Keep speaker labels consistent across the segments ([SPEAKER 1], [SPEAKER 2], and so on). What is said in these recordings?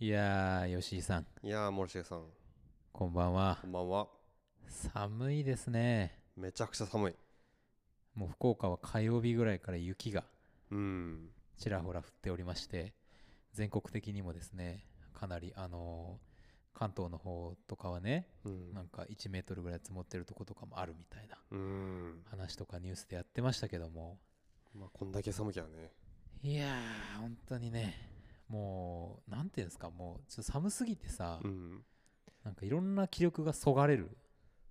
[SPEAKER 1] いやー、吉井さん、
[SPEAKER 2] いやー、森重さん、
[SPEAKER 1] こんばんは
[SPEAKER 2] こ。んばんは。
[SPEAKER 1] 寒いですね。
[SPEAKER 2] めちゃくちゃ寒い。
[SPEAKER 1] もう福岡は火曜日ぐらいから雪が
[SPEAKER 2] うん。
[SPEAKER 1] ちらほら降っておりまして、全国的にもですね、かなり、あのー関東の方とかはね、
[SPEAKER 2] うん
[SPEAKER 1] なんか1メートルぐらい積もってるとことかもあるみたいな
[SPEAKER 2] うん。
[SPEAKER 1] 話とかニュースでやってましたけども、
[SPEAKER 2] まあ、こんだけ寒きゃね。
[SPEAKER 1] いやー、本当にね、もう、なんていうんですか、もう、ちょっと寒すぎてさ、
[SPEAKER 2] うん。
[SPEAKER 1] なんかいろんな気力がそがれる。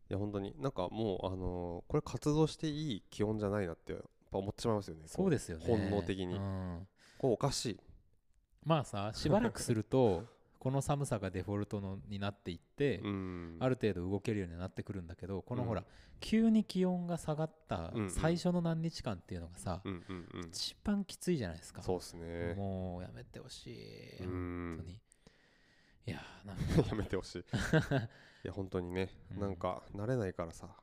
[SPEAKER 2] いや、本当に、なんかもう、あのーこれ活動していい気温じゃないなって、やっぱ思ってしまいますよね。
[SPEAKER 1] そうですよね。
[SPEAKER 2] 本能的に
[SPEAKER 1] うん
[SPEAKER 2] こう、おかしい。
[SPEAKER 1] まあさしばらくする とこの寒さがデフォルトのになっていって、
[SPEAKER 2] うん。
[SPEAKER 1] あ
[SPEAKER 2] る。
[SPEAKER 1] る程度動けるようになってくるんだけどこの
[SPEAKER 2] うん
[SPEAKER 1] ほら、急に気温が下がった
[SPEAKER 2] うんうん
[SPEAKER 1] 最初の何日間っていうのがさ、
[SPEAKER 2] うんうんうん。
[SPEAKER 1] 一番きついじゃないですか
[SPEAKER 2] そうですね。
[SPEAKER 1] もうやめてほしい、
[SPEAKER 2] うん
[SPEAKER 1] 本当にいやーなん
[SPEAKER 2] やめて ほしい。いや、本当にね、
[SPEAKER 1] うん
[SPEAKER 2] なんか、慣れないからさ。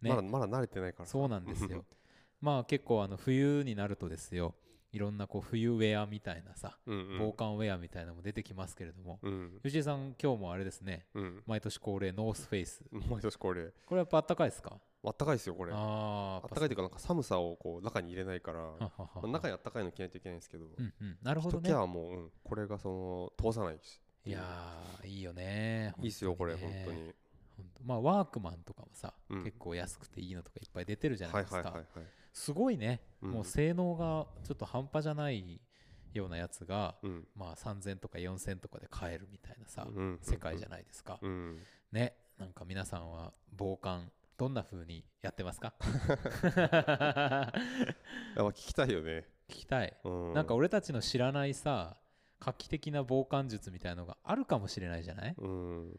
[SPEAKER 1] ね
[SPEAKER 2] まだ、まだ慣れてないからさ。
[SPEAKER 1] そうなんです よまあ結構あの冬になるとですよいろんなこう冬ウェアみたいなさ
[SPEAKER 2] うんうん。
[SPEAKER 1] 防寒ウェアみたいなのも出てきますけれども、
[SPEAKER 2] うん。
[SPEAKER 1] 藤井さん今日もあれですね
[SPEAKER 2] うん。
[SPEAKER 1] 毎年恒例ノースフェイス
[SPEAKER 2] 毎年これ、
[SPEAKER 1] これやっぱあったかいですか
[SPEAKER 2] あったかいですよ、これ。あっ
[SPEAKER 1] ああ
[SPEAKER 2] たかいというか、なんか寒さをこう中に入れないから。
[SPEAKER 1] ははは
[SPEAKER 2] まあ、中にあったかいの着ないといけないんですけど、
[SPEAKER 1] うんうんなるほ
[SPEAKER 2] ひと
[SPEAKER 1] ど
[SPEAKER 2] き
[SPEAKER 1] ね
[SPEAKER 2] ゃはもう、うん、これがその通さないし
[SPEAKER 1] いやーいいよね
[SPEAKER 2] いいっすよこれ本
[SPEAKER 1] ね
[SPEAKER 2] 当に
[SPEAKER 1] ほんとまあワークマンとかもさ、
[SPEAKER 2] うん
[SPEAKER 1] 結構安くていいのとかいっぱい出てるじゃな
[SPEAKER 2] はいい
[SPEAKER 1] ですか、
[SPEAKER 2] はいはいはい
[SPEAKER 1] すごいね、
[SPEAKER 2] うん
[SPEAKER 1] もう性能がちょっと半端じゃないようなやつが、
[SPEAKER 2] うん
[SPEAKER 1] まあ3000とか4000とかで買えるみたいなさ、
[SPEAKER 2] うん
[SPEAKER 1] 世界じゃ
[SPEAKER 2] ない
[SPEAKER 1] ないですか、
[SPEAKER 2] うん
[SPEAKER 1] ねなんか皆さんは防寒どんな風にやってますか
[SPEAKER 2] やっぱ聞きたいよね
[SPEAKER 1] 聞きたい
[SPEAKER 2] うん
[SPEAKER 1] なんか俺たちの知らないさ画期的な防寒術みたいのがあるかもしれないじゃない
[SPEAKER 2] うん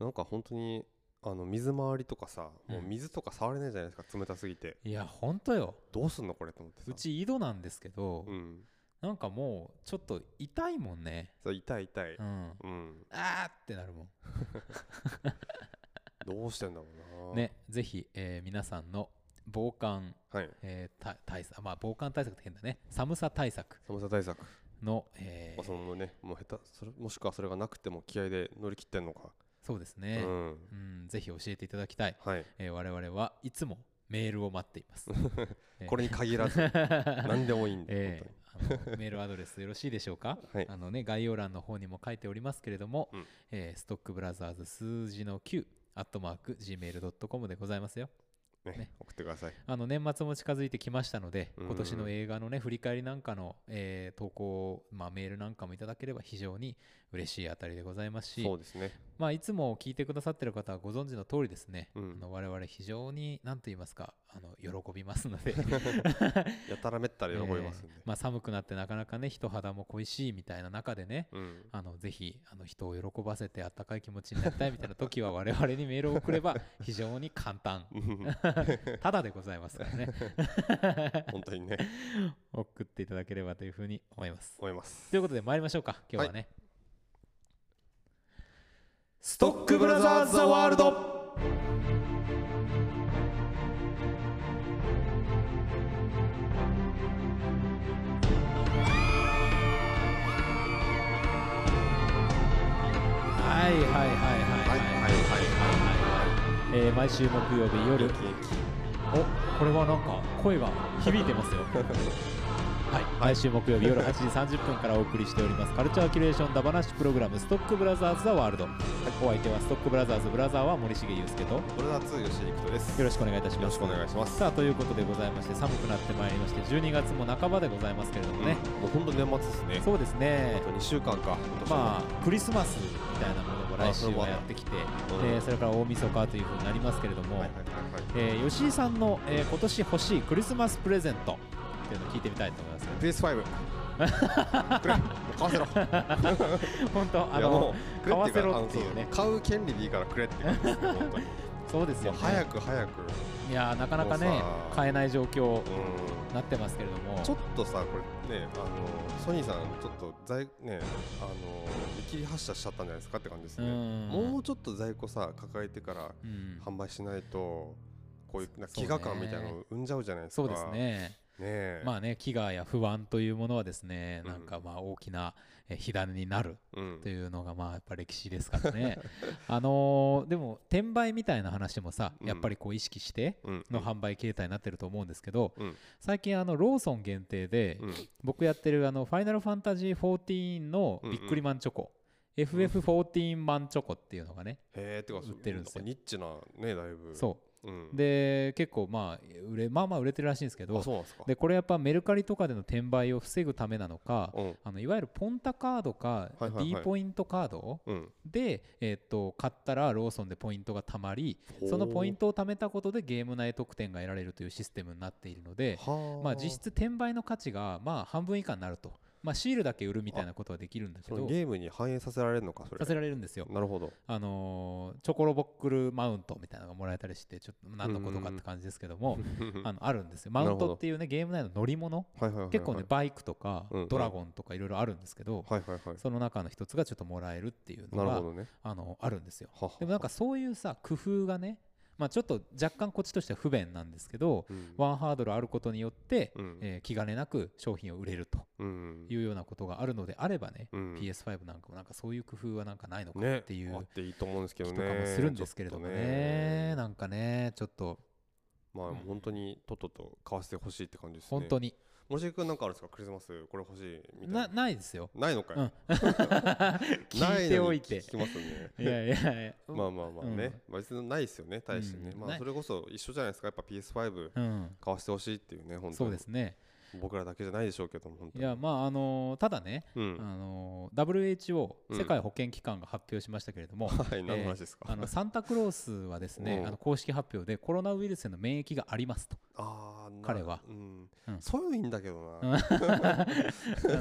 [SPEAKER 2] なんか本当にあの水回りとかさもう
[SPEAKER 1] うん
[SPEAKER 2] 水とか触れないじゃないですか冷たすぎて
[SPEAKER 1] いやほんとよ
[SPEAKER 2] どうすんのこれと思ってさ
[SPEAKER 1] うち井戸なんですけど、
[SPEAKER 2] うん
[SPEAKER 1] なんかもうちょっと痛いもんね
[SPEAKER 2] そう痛い痛い
[SPEAKER 1] うん
[SPEAKER 2] うん
[SPEAKER 1] あーってなるも
[SPEAKER 2] どうしてんだろうんな
[SPEAKER 1] ねぜひ、えー皆さんの防寒、
[SPEAKER 2] はい
[SPEAKER 1] えーた対策まあ防寒対策って変だね寒さ対策
[SPEAKER 2] 寒さ対策ま
[SPEAKER 1] の、えー
[SPEAKER 2] あそのねもう下手それもしくはそれがなくても気合で乗り切ってんのか
[SPEAKER 1] そうです
[SPEAKER 2] う
[SPEAKER 1] ね、うん
[SPEAKER 2] ん
[SPEAKER 1] ぜひ教えていただきたい、
[SPEAKER 2] はい
[SPEAKER 1] えー我々はいつもメールを待ってい ます、えー
[SPEAKER 2] これに限らず 何でもいいんで
[SPEAKER 1] え
[SPEAKER 2] 本
[SPEAKER 1] ーあのメールアドレスよろしいでしょうか、
[SPEAKER 2] はい
[SPEAKER 1] あのね、概要欄の方にも書いておりますけれども、
[SPEAKER 2] うん
[SPEAKER 1] えーストックブラザーズ数字の9アットマーク gmail.com でございますよ
[SPEAKER 2] 当にね
[SPEAKER 1] ね
[SPEAKER 2] 送ってください
[SPEAKER 1] あの年末も近づいてきましたので
[SPEAKER 2] うん
[SPEAKER 1] 今年の映画のね振り返りなんかの、えー投稿、まあ、メールなんかもいただければ非常に嬉しいあたりでございますし
[SPEAKER 2] そうですね
[SPEAKER 1] まあ、いつも聞いてくださってる方はご存知の通りですね、
[SPEAKER 2] うん
[SPEAKER 1] あの我々非常に何と言いますかあの喜びますので
[SPEAKER 2] やたらめったら喜びますんで
[SPEAKER 1] えー、まあ、寒くなってなかなかね人肌も恋しいみたいな中でね、
[SPEAKER 2] うん、
[SPEAKER 1] あのぜひあの人を喜ばせてあったかい気持ちになりたいみたいな時は我々にメールを送れ ば非常に簡単ただでございますから ね
[SPEAKER 2] 本当にね
[SPEAKER 1] 送っていただければというふうに思います
[SPEAKER 2] 思います
[SPEAKER 1] ということで参りましょうか今日はね、
[SPEAKER 2] ストックブラザーズ・ザ・ワールド
[SPEAKER 1] はい、はいはいはいはい
[SPEAKER 2] はいは
[SPEAKER 1] えー毎週木曜日夜
[SPEAKER 2] いはい
[SPEAKER 1] おこれはなんか声が響いて ますよはい毎週木曜日夜8時30分からお送りしておりますカルチャーキュレーションダバナシプログラムストックブラザーズ・ザ・ワールド、お相手はストックブラザーズブラザーは森重裕介とよ
[SPEAKER 2] ブラザー2吉井陸斗です
[SPEAKER 1] ろしくお願いいたします
[SPEAKER 2] よろしくお願いします
[SPEAKER 1] さあということでございまして寒くなってまいりまして12月も半ばでございますけれどもね、
[SPEAKER 2] うんもう本当年末ですね
[SPEAKER 1] そうですね
[SPEAKER 2] あと2週間か
[SPEAKER 1] まあクリスマスみたいなものも来週はやってきて、
[SPEAKER 2] うん
[SPEAKER 1] えーそれから大晦日というふうになりますけれども、
[SPEAKER 2] はいはいはいはい
[SPEAKER 1] えー吉井さんの、えー今年欲しいクリスマスプレゼントっていうのを聞いてみたいと思います
[SPEAKER 2] PS5 くれもう買わせろ
[SPEAKER 1] 本当あ
[SPEAKER 2] いやも
[SPEAKER 1] の
[SPEAKER 2] うくれ
[SPEAKER 1] 買わせ
[SPEAKER 2] いうか
[SPEAKER 1] ろっていうね
[SPEAKER 2] あのそ買う権利でいいからくれって感じですね本当に
[SPEAKER 1] そうです
[SPEAKER 2] も
[SPEAKER 1] よ、
[SPEAKER 2] う
[SPEAKER 1] ね、
[SPEAKER 2] 早く早く
[SPEAKER 1] いやーなかなかね
[SPEAKER 2] もうさ
[SPEAKER 1] 買えない状況
[SPEAKER 2] うん
[SPEAKER 1] なってますけれども
[SPEAKER 2] ちょっとさ、これね、あのソニーさん、ちょっと在ね、あの見切り発車しちゃったんじゃないですかって感じです
[SPEAKER 1] う
[SPEAKER 2] ね。
[SPEAKER 1] ん
[SPEAKER 2] もうちょっと在庫さ、抱えてから
[SPEAKER 1] うん
[SPEAKER 2] 販売しないと、こういうなんか
[SPEAKER 1] そう
[SPEAKER 2] 飢
[SPEAKER 1] ね
[SPEAKER 2] 餓感みたいなのを生んじゃうじゃないですか。
[SPEAKER 1] そうですね
[SPEAKER 2] え
[SPEAKER 1] まあね飢餓や不安というものはですね
[SPEAKER 2] うん
[SPEAKER 1] なんかまあ大きなえー火種になる
[SPEAKER 2] うん
[SPEAKER 1] というのがまあやっぱ歴史ですからね あのーでも転売みたいな話もさ
[SPEAKER 2] うん
[SPEAKER 1] やっぱりこう意識して
[SPEAKER 2] うん
[SPEAKER 1] の販売形態になってると思うんですけど
[SPEAKER 2] うん
[SPEAKER 1] 最近あのローソン限定で
[SPEAKER 2] うん
[SPEAKER 1] 僕やってるあの「ファイナルファンタジー14」の
[SPEAKER 2] うんうん
[SPEAKER 1] ビックリマンチョコ FF14 マンチョコっていうのがね
[SPEAKER 2] へえってかそう
[SPEAKER 1] 売ってるんですよ
[SPEAKER 2] なんかニッチなねだいぶ、
[SPEAKER 1] そう
[SPEAKER 2] ん、
[SPEAKER 1] うで結構まあ売れまあまあ売れてるらしいんですけど
[SPEAKER 2] あそうなんですか
[SPEAKER 1] でこれやっぱメルカリとかでの転売を防ぐためなのか
[SPEAKER 2] うん
[SPEAKER 1] あのいわゆるポンタカードか
[SPEAKER 2] はいはいはい
[SPEAKER 1] D ポイントカード
[SPEAKER 2] うん
[SPEAKER 1] で、えーっと買ったらローソンでポイントがたまりそのポイントを貯めたことでゲーム内得点が得られるというシステムになっているので、
[SPEAKER 2] は
[SPEAKER 1] まあ、実質転売の価値がまあ半分以下になると、まあ、シールだけ売るみたいなことはできるんだけ
[SPEAKER 2] その
[SPEAKER 1] ど
[SPEAKER 2] ゲームに反映させられるのかそれ
[SPEAKER 1] させられるんですよ。
[SPEAKER 2] なるほど
[SPEAKER 1] あのーチョコロボックルマウントみたいなのがもらえたりしてちょっと何のことかって感じですけども あのあるんですよマウントっていうねゲーム内の乗り物
[SPEAKER 2] はいはいはいはい
[SPEAKER 1] 結構ねバイクとか
[SPEAKER 2] うんうん
[SPEAKER 1] ドラゴンとかいろいろあるんですけど
[SPEAKER 2] はいはいはい
[SPEAKER 1] その中の一つがちょっともらえるっていう
[SPEAKER 2] な
[SPEAKER 1] の
[SPEAKER 2] る
[SPEAKER 1] が
[SPEAKER 2] ほどね
[SPEAKER 1] あのあるんですよ
[SPEAKER 2] はは
[SPEAKER 1] でもなんかそういうさ工夫がねまあちょっと若干こっちとしては不便なんですけど
[SPEAKER 2] うん
[SPEAKER 1] ワンハードルあることによって
[SPEAKER 2] うん
[SPEAKER 1] えー気兼ねなく商品を売れると
[SPEAKER 2] うん
[SPEAKER 1] いうようなことがあるのであればね
[SPEAKER 2] うん
[SPEAKER 1] PS5 なんかもなんかそういう工夫はなんかないのか
[SPEAKER 2] ね
[SPEAKER 1] ってい
[SPEAKER 2] あっ
[SPEAKER 1] う
[SPEAKER 2] ていいと思うんですけ
[SPEAKER 1] 気
[SPEAKER 2] ど
[SPEAKER 1] と
[SPEAKER 2] ね
[SPEAKER 1] かもするんですけれども
[SPEAKER 2] ちょっと
[SPEAKER 1] ねなんかねちょっと
[SPEAKER 2] まあ
[SPEAKER 1] うん
[SPEAKER 2] 本当にとっとと買わせてほしいって感じですね
[SPEAKER 1] 本当に
[SPEAKER 2] もしくんなんかあるんですかクリスマスこれ欲しいみた
[SPEAKER 1] ない
[SPEAKER 2] な
[SPEAKER 1] ないですよ
[SPEAKER 2] ないのか
[SPEAKER 1] うん
[SPEAKER 2] よ
[SPEAKER 1] 聞いておい
[SPEAKER 2] ないのに
[SPEAKER 1] て
[SPEAKER 2] 聞きま すね
[SPEAKER 1] いやいやいや
[SPEAKER 2] まあまあまあねまあ別にないですよね大してね
[SPEAKER 1] うん
[SPEAKER 2] ま
[SPEAKER 1] な
[SPEAKER 2] あ
[SPEAKER 1] い
[SPEAKER 2] それこそ一緒じゃないですかやっぱ PS5
[SPEAKER 1] うん
[SPEAKER 2] 買わせてほしいっていうね本当
[SPEAKER 1] そう
[SPEAKER 2] に
[SPEAKER 1] ですね。
[SPEAKER 2] 僕らだけじゃないでしょうけども本当
[SPEAKER 1] い
[SPEAKER 2] に
[SPEAKER 1] やまああのーただね、
[SPEAKER 2] う
[SPEAKER 1] あ
[SPEAKER 2] ん
[SPEAKER 1] のー WHO、
[SPEAKER 2] うん
[SPEAKER 1] 世界保健機関が発表しましたけれど も、
[SPEAKER 2] はい何の話です
[SPEAKER 1] あ
[SPEAKER 2] か
[SPEAKER 1] のサンタクロースはですね、
[SPEAKER 2] うん
[SPEAKER 1] あの公式発表でコロナウイルスへの免疫がありますと
[SPEAKER 2] あーな
[SPEAKER 1] 彼は
[SPEAKER 2] うん
[SPEAKER 1] うん
[SPEAKER 2] そういうのいいんだけど
[SPEAKER 1] うん
[SPEAKER 2] な
[SPEAKER 1] あ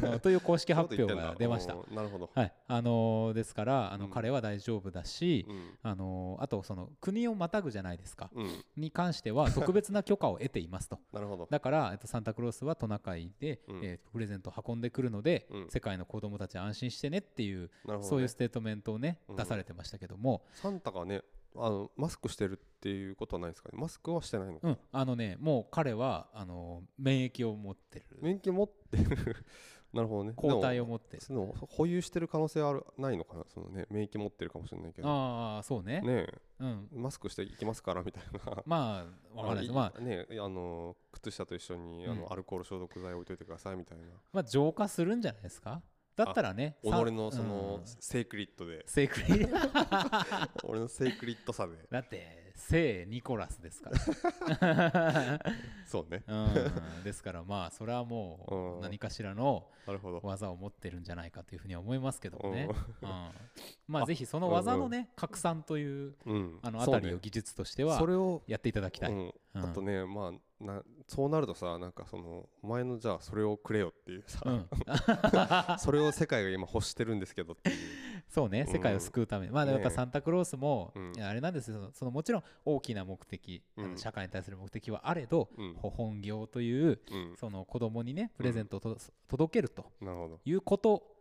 [SPEAKER 1] のという公式
[SPEAKER 2] そう
[SPEAKER 1] 発
[SPEAKER 2] いう
[SPEAKER 1] 表
[SPEAKER 2] こと言ってんだ
[SPEAKER 1] が出ました。
[SPEAKER 2] うんなるほど
[SPEAKER 1] はいあのーですからあの、
[SPEAKER 2] うん
[SPEAKER 1] 彼は大丈夫だし、
[SPEAKER 2] うん
[SPEAKER 1] あのーあとその国をまたぐじゃないですか、
[SPEAKER 2] うん
[SPEAKER 1] に関して は特別な許可を得ていますと。
[SPEAKER 2] なるほど
[SPEAKER 1] だから、えっと、サンタクロースはトナカイで、
[SPEAKER 2] うん
[SPEAKER 1] えープレゼントを運んでくるので、
[SPEAKER 2] うん
[SPEAKER 1] 世界の子供たちは安心してねっていう
[SPEAKER 2] なるほど
[SPEAKER 1] そうい
[SPEAKER 2] ね
[SPEAKER 1] うステートメントをね、
[SPEAKER 2] うん
[SPEAKER 1] 出されてましたけども、
[SPEAKER 2] サンタがねあのマスクしてるっていうことはないですかねマスクはしてないのか
[SPEAKER 1] うん、あのねもう彼はあの免疫を持ってる
[SPEAKER 2] 免疫持ってる なるほどね
[SPEAKER 1] 抗体
[SPEAKER 2] を
[SPEAKER 1] を持ってる
[SPEAKER 2] その保有してる可能性はあるないのかなそのね免疫持ってるかもしれないけど
[SPEAKER 1] ああそうね
[SPEAKER 2] ねえ
[SPEAKER 1] うん
[SPEAKER 2] マスクしていきますからみたいな
[SPEAKER 1] まあわからないですまあ、
[SPEAKER 2] ねえあの靴下と一緒にあ
[SPEAKER 1] う
[SPEAKER 2] の
[SPEAKER 1] ん
[SPEAKER 2] アルコール消毒剤置いといてくださいみたいな
[SPEAKER 1] まあ、浄化するんじゃないですかだったらね
[SPEAKER 2] 己
[SPEAKER 1] さ
[SPEAKER 2] のその
[SPEAKER 1] うん
[SPEAKER 2] セイクリッドで
[SPEAKER 1] 聖クリ
[SPEAKER 2] 俺のセイクリッドさで
[SPEAKER 1] だって聖ニコラスですから
[SPEAKER 2] そ うね
[SPEAKER 1] うんですからまあそれはもう
[SPEAKER 2] う
[SPEAKER 1] ん何かしらの
[SPEAKER 2] なるほど
[SPEAKER 1] 技を持ってるんじゃないかというふうには思いますけどもね
[SPEAKER 2] う、
[SPEAKER 1] うん、まあぜひその技のね拡散という
[SPEAKER 2] うん
[SPEAKER 1] あの
[SPEAKER 2] そうね
[SPEAKER 1] 辺りを技術としては
[SPEAKER 2] それを
[SPEAKER 1] やっていただきたい、
[SPEAKER 2] うん
[SPEAKER 1] うん
[SPEAKER 2] あとねまあなそうなるとさなんかそのお前のじゃあそれをくれよっていうさ、
[SPEAKER 1] うん
[SPEAKER 2] それを世界が今欲してるんですけどっていう
[SPEAKER 1] そうね
[SPEAKER 2] うん
[SPEAKER 1] 世界を救うために、まあでもやっぱ
[SPEAKER 2] ねえ
[SPEAKER 1] サンタクロースも、
[SPEAKER 2] うん
[SPEAKER 1] いやあれなんですよそのそのもちろん大きな目的、あの
[SPEAKER 2] うん
[SPEAKER 1] 社会に対する目的はあれど、
[SPEAKER 2] うん
[SPEAKER 1] ほ本業という
[SPEAKER 2] うん
[SPEAKER 1] その子供にねプレゼントをとど届けると
[SPEAKER 2] なるほど、
[SPEAKER 1] いうこと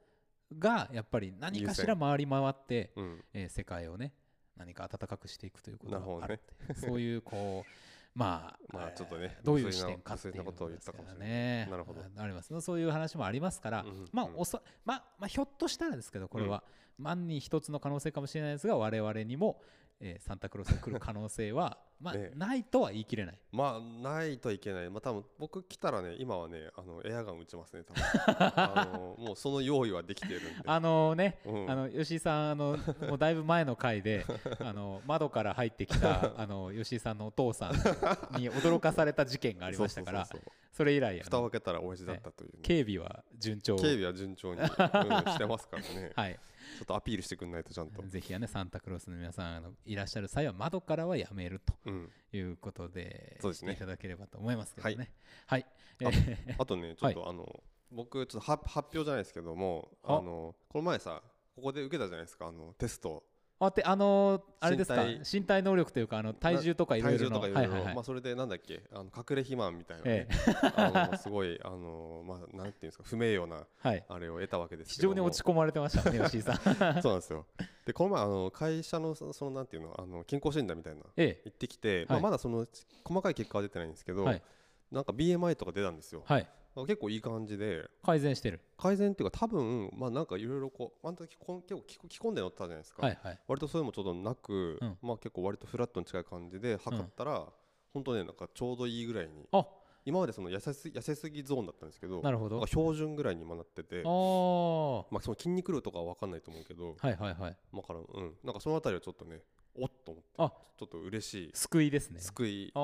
[SPEAKER 1] がやっぱり何かしら回り回って、
[SPEAKER 2] うん、
[SPEAKER 1] えー世界をね何か温かくしていくというこ
[SPEAKER 2] なる
[SPEAKER 1] と
[SPEAKER 2] ほ
[SPEAKER 1] が
[SPEAKER 2] ど
[SPEAKER 1] ある
[SPEAKER 2] ね
[SPEAKER 1] っていうそういうこう まあ
[SPEAKER 2] まあちょっとね
[SPEAKER 1] えーどういう
[SPEAKER 2] 無粋
[SPEAKER 1] 視
[SPEAKER 2] な
[SPEAKER 1] 点かっていう
[SPEAKER 2] 無粋なことを言ったかもしれない
[SPEAKER 1] ですからね
[SPEAKER 2] なるほど
[SPEAKER 1] あありますそういう話もありますから、
[SPEAKER 2] うん
[SPEAKER 1] まあ
[SPEAKER 2] うん
[SPEAKER 1] おそまあまあひょっとしたらですけどこれは、万に一つの可能性かもしれないですが我々にも、えーサンタクロースが来る可能性はまあ
[SPEAKER 2] ねえ
[SPEAKER 1] ないとは言い切れない
[SPEAKER 2] まあないといけないまあ多分僕来たらね今はねあのエアガン撃ちますね多分あ のもうその用意はできてるんで
[SPEAKER 1] あのね、
[SPEAKER 2] うん
[SPEAKER 1] あの吉井さんあ のもうだいぶ前の回であの窓から入ってきた あの吉井さんのお父さんに驚かされた事件がありましたから
[SPEAKER 2] そうそうそうそう
[SPEAKER 1] それ以来あ
[SPEAKER 2] 蓋
[SPEAKER 1] の
[SPEAKER 2] を開けたら親父だったというね、
[SPEAKER 1] 警備は順調
[SPEAKER 2] 警備は順調 に、うんしてますからね、
[SPEAKER 1] はい、
[SPEAKER 2] ちょっとアピールしてくんないとちゃんと、
[SPEAKER 1] ぜひはねサンタクロースの皆さんあのいらっしゃる際は窓からはやめる
[SPEAKER 2] うん、
[SPEAKER 1] ということで
[SPEAKER 2] そうですね
[SPEAKER 1] していただければと思いますけどねはい、
[SPEAKER 2] あ
[SPEAKER 1] え
[SPEAKER 2] あとね、ちょっとあの、僕、ちょっとは発表じゃないですけども、
[SPEAKER 1] あ
[SPEAKER 2] あの、この前さ、ここで受けたじゃないですか、あの、テスト。
[SPEAKER 1] ーあてあのーあれですか身
[SPEAKER 2] 身
[SPEAKER 1] 体能力というかあの体重とかいろいろ
[SPEAKER 2] 体重と
[SPEAKER 1] の
[SPEAKER 2] かいろ
[SPEAKER 1] はいいはい
[SPEAKER 2] ろ
[SPEAKER 1] はい、
[SPEAKER 2] まあ、それでなんだっけ、あの、隠れ肥満みたいなね、
[SPEAKER 1] ええ
[SPEAKER 2] あの、すごい、あの、まあ、なんていうんですか、不名誉な、
[SPEAKER 1] はい、
[SPEAKER 2] あれを得たわけです
[SPEAKER 1] 非
[SPEAKER 2] けど
[SPEAKER 1] 常
[SPEAKER 2] も。
[SPEAKER 1] に落ち込まれてましたね吉井さん
[SPEAKER 2] そうなんですよ。で、この前、あの、会社の、そその、なんていうの、あの、健康診断みたいな、
[SPEAKER 1] ええ
[SPEAKER 2] 行ってきて、ま
[SPEAKER 1] は
[SPEAKER 2] あ、
[SPEAKER 1] い
[SPEAKER 2] まだその、細かい結果は出てないんですけど、
[SPEAKER 1] はい
[SPEAKER 2] なんか BMI とか出たんですよ
[SPEAKER 1] はい
[SPEAKER 2] 結構いい感じで
[SPEAKER 1] 改善してる
[SPEAKER 2] 改善っていうか多分まあなんかいろいろこうあの時こん結構着込んで乗ってたじゃないですか、
[SPEAKER 1] はいはい
[SPEAKER 2] 割とそういうのもちょっとなく、
[SPEAKER 1] うん
[SPEAKER 2] まあ結構割とフラットに近い感じで測ったら、本当ねなんかちょうどいいぐらいに
[SPEAKER 1] あ
[SPEAKER 2] 今までその痩せす痩せすぎゾーンだったんですけど
[SPEAKER 1] なるほ
[SPEAKER 2] なん
[SPEAKER 1] ど
[SPEAKER 2] か標準ぐらいに今なってて
[SPEAKER 1] ああは
[SPEAKER 2] まあその筋肉量とかは分かんないと思うけど、
[SPEAKER 1] いはいはい
[SPEAKER 2] まあからうんなんかそのあたりはちょっとねおっと思って
[SPEAKER 1] あ
[SPEAKER 2] ちょっと嬉しい
[SPEAKER 1] 救いですね
[SPEAKER 2] 救い
[SPEAKER 1] あ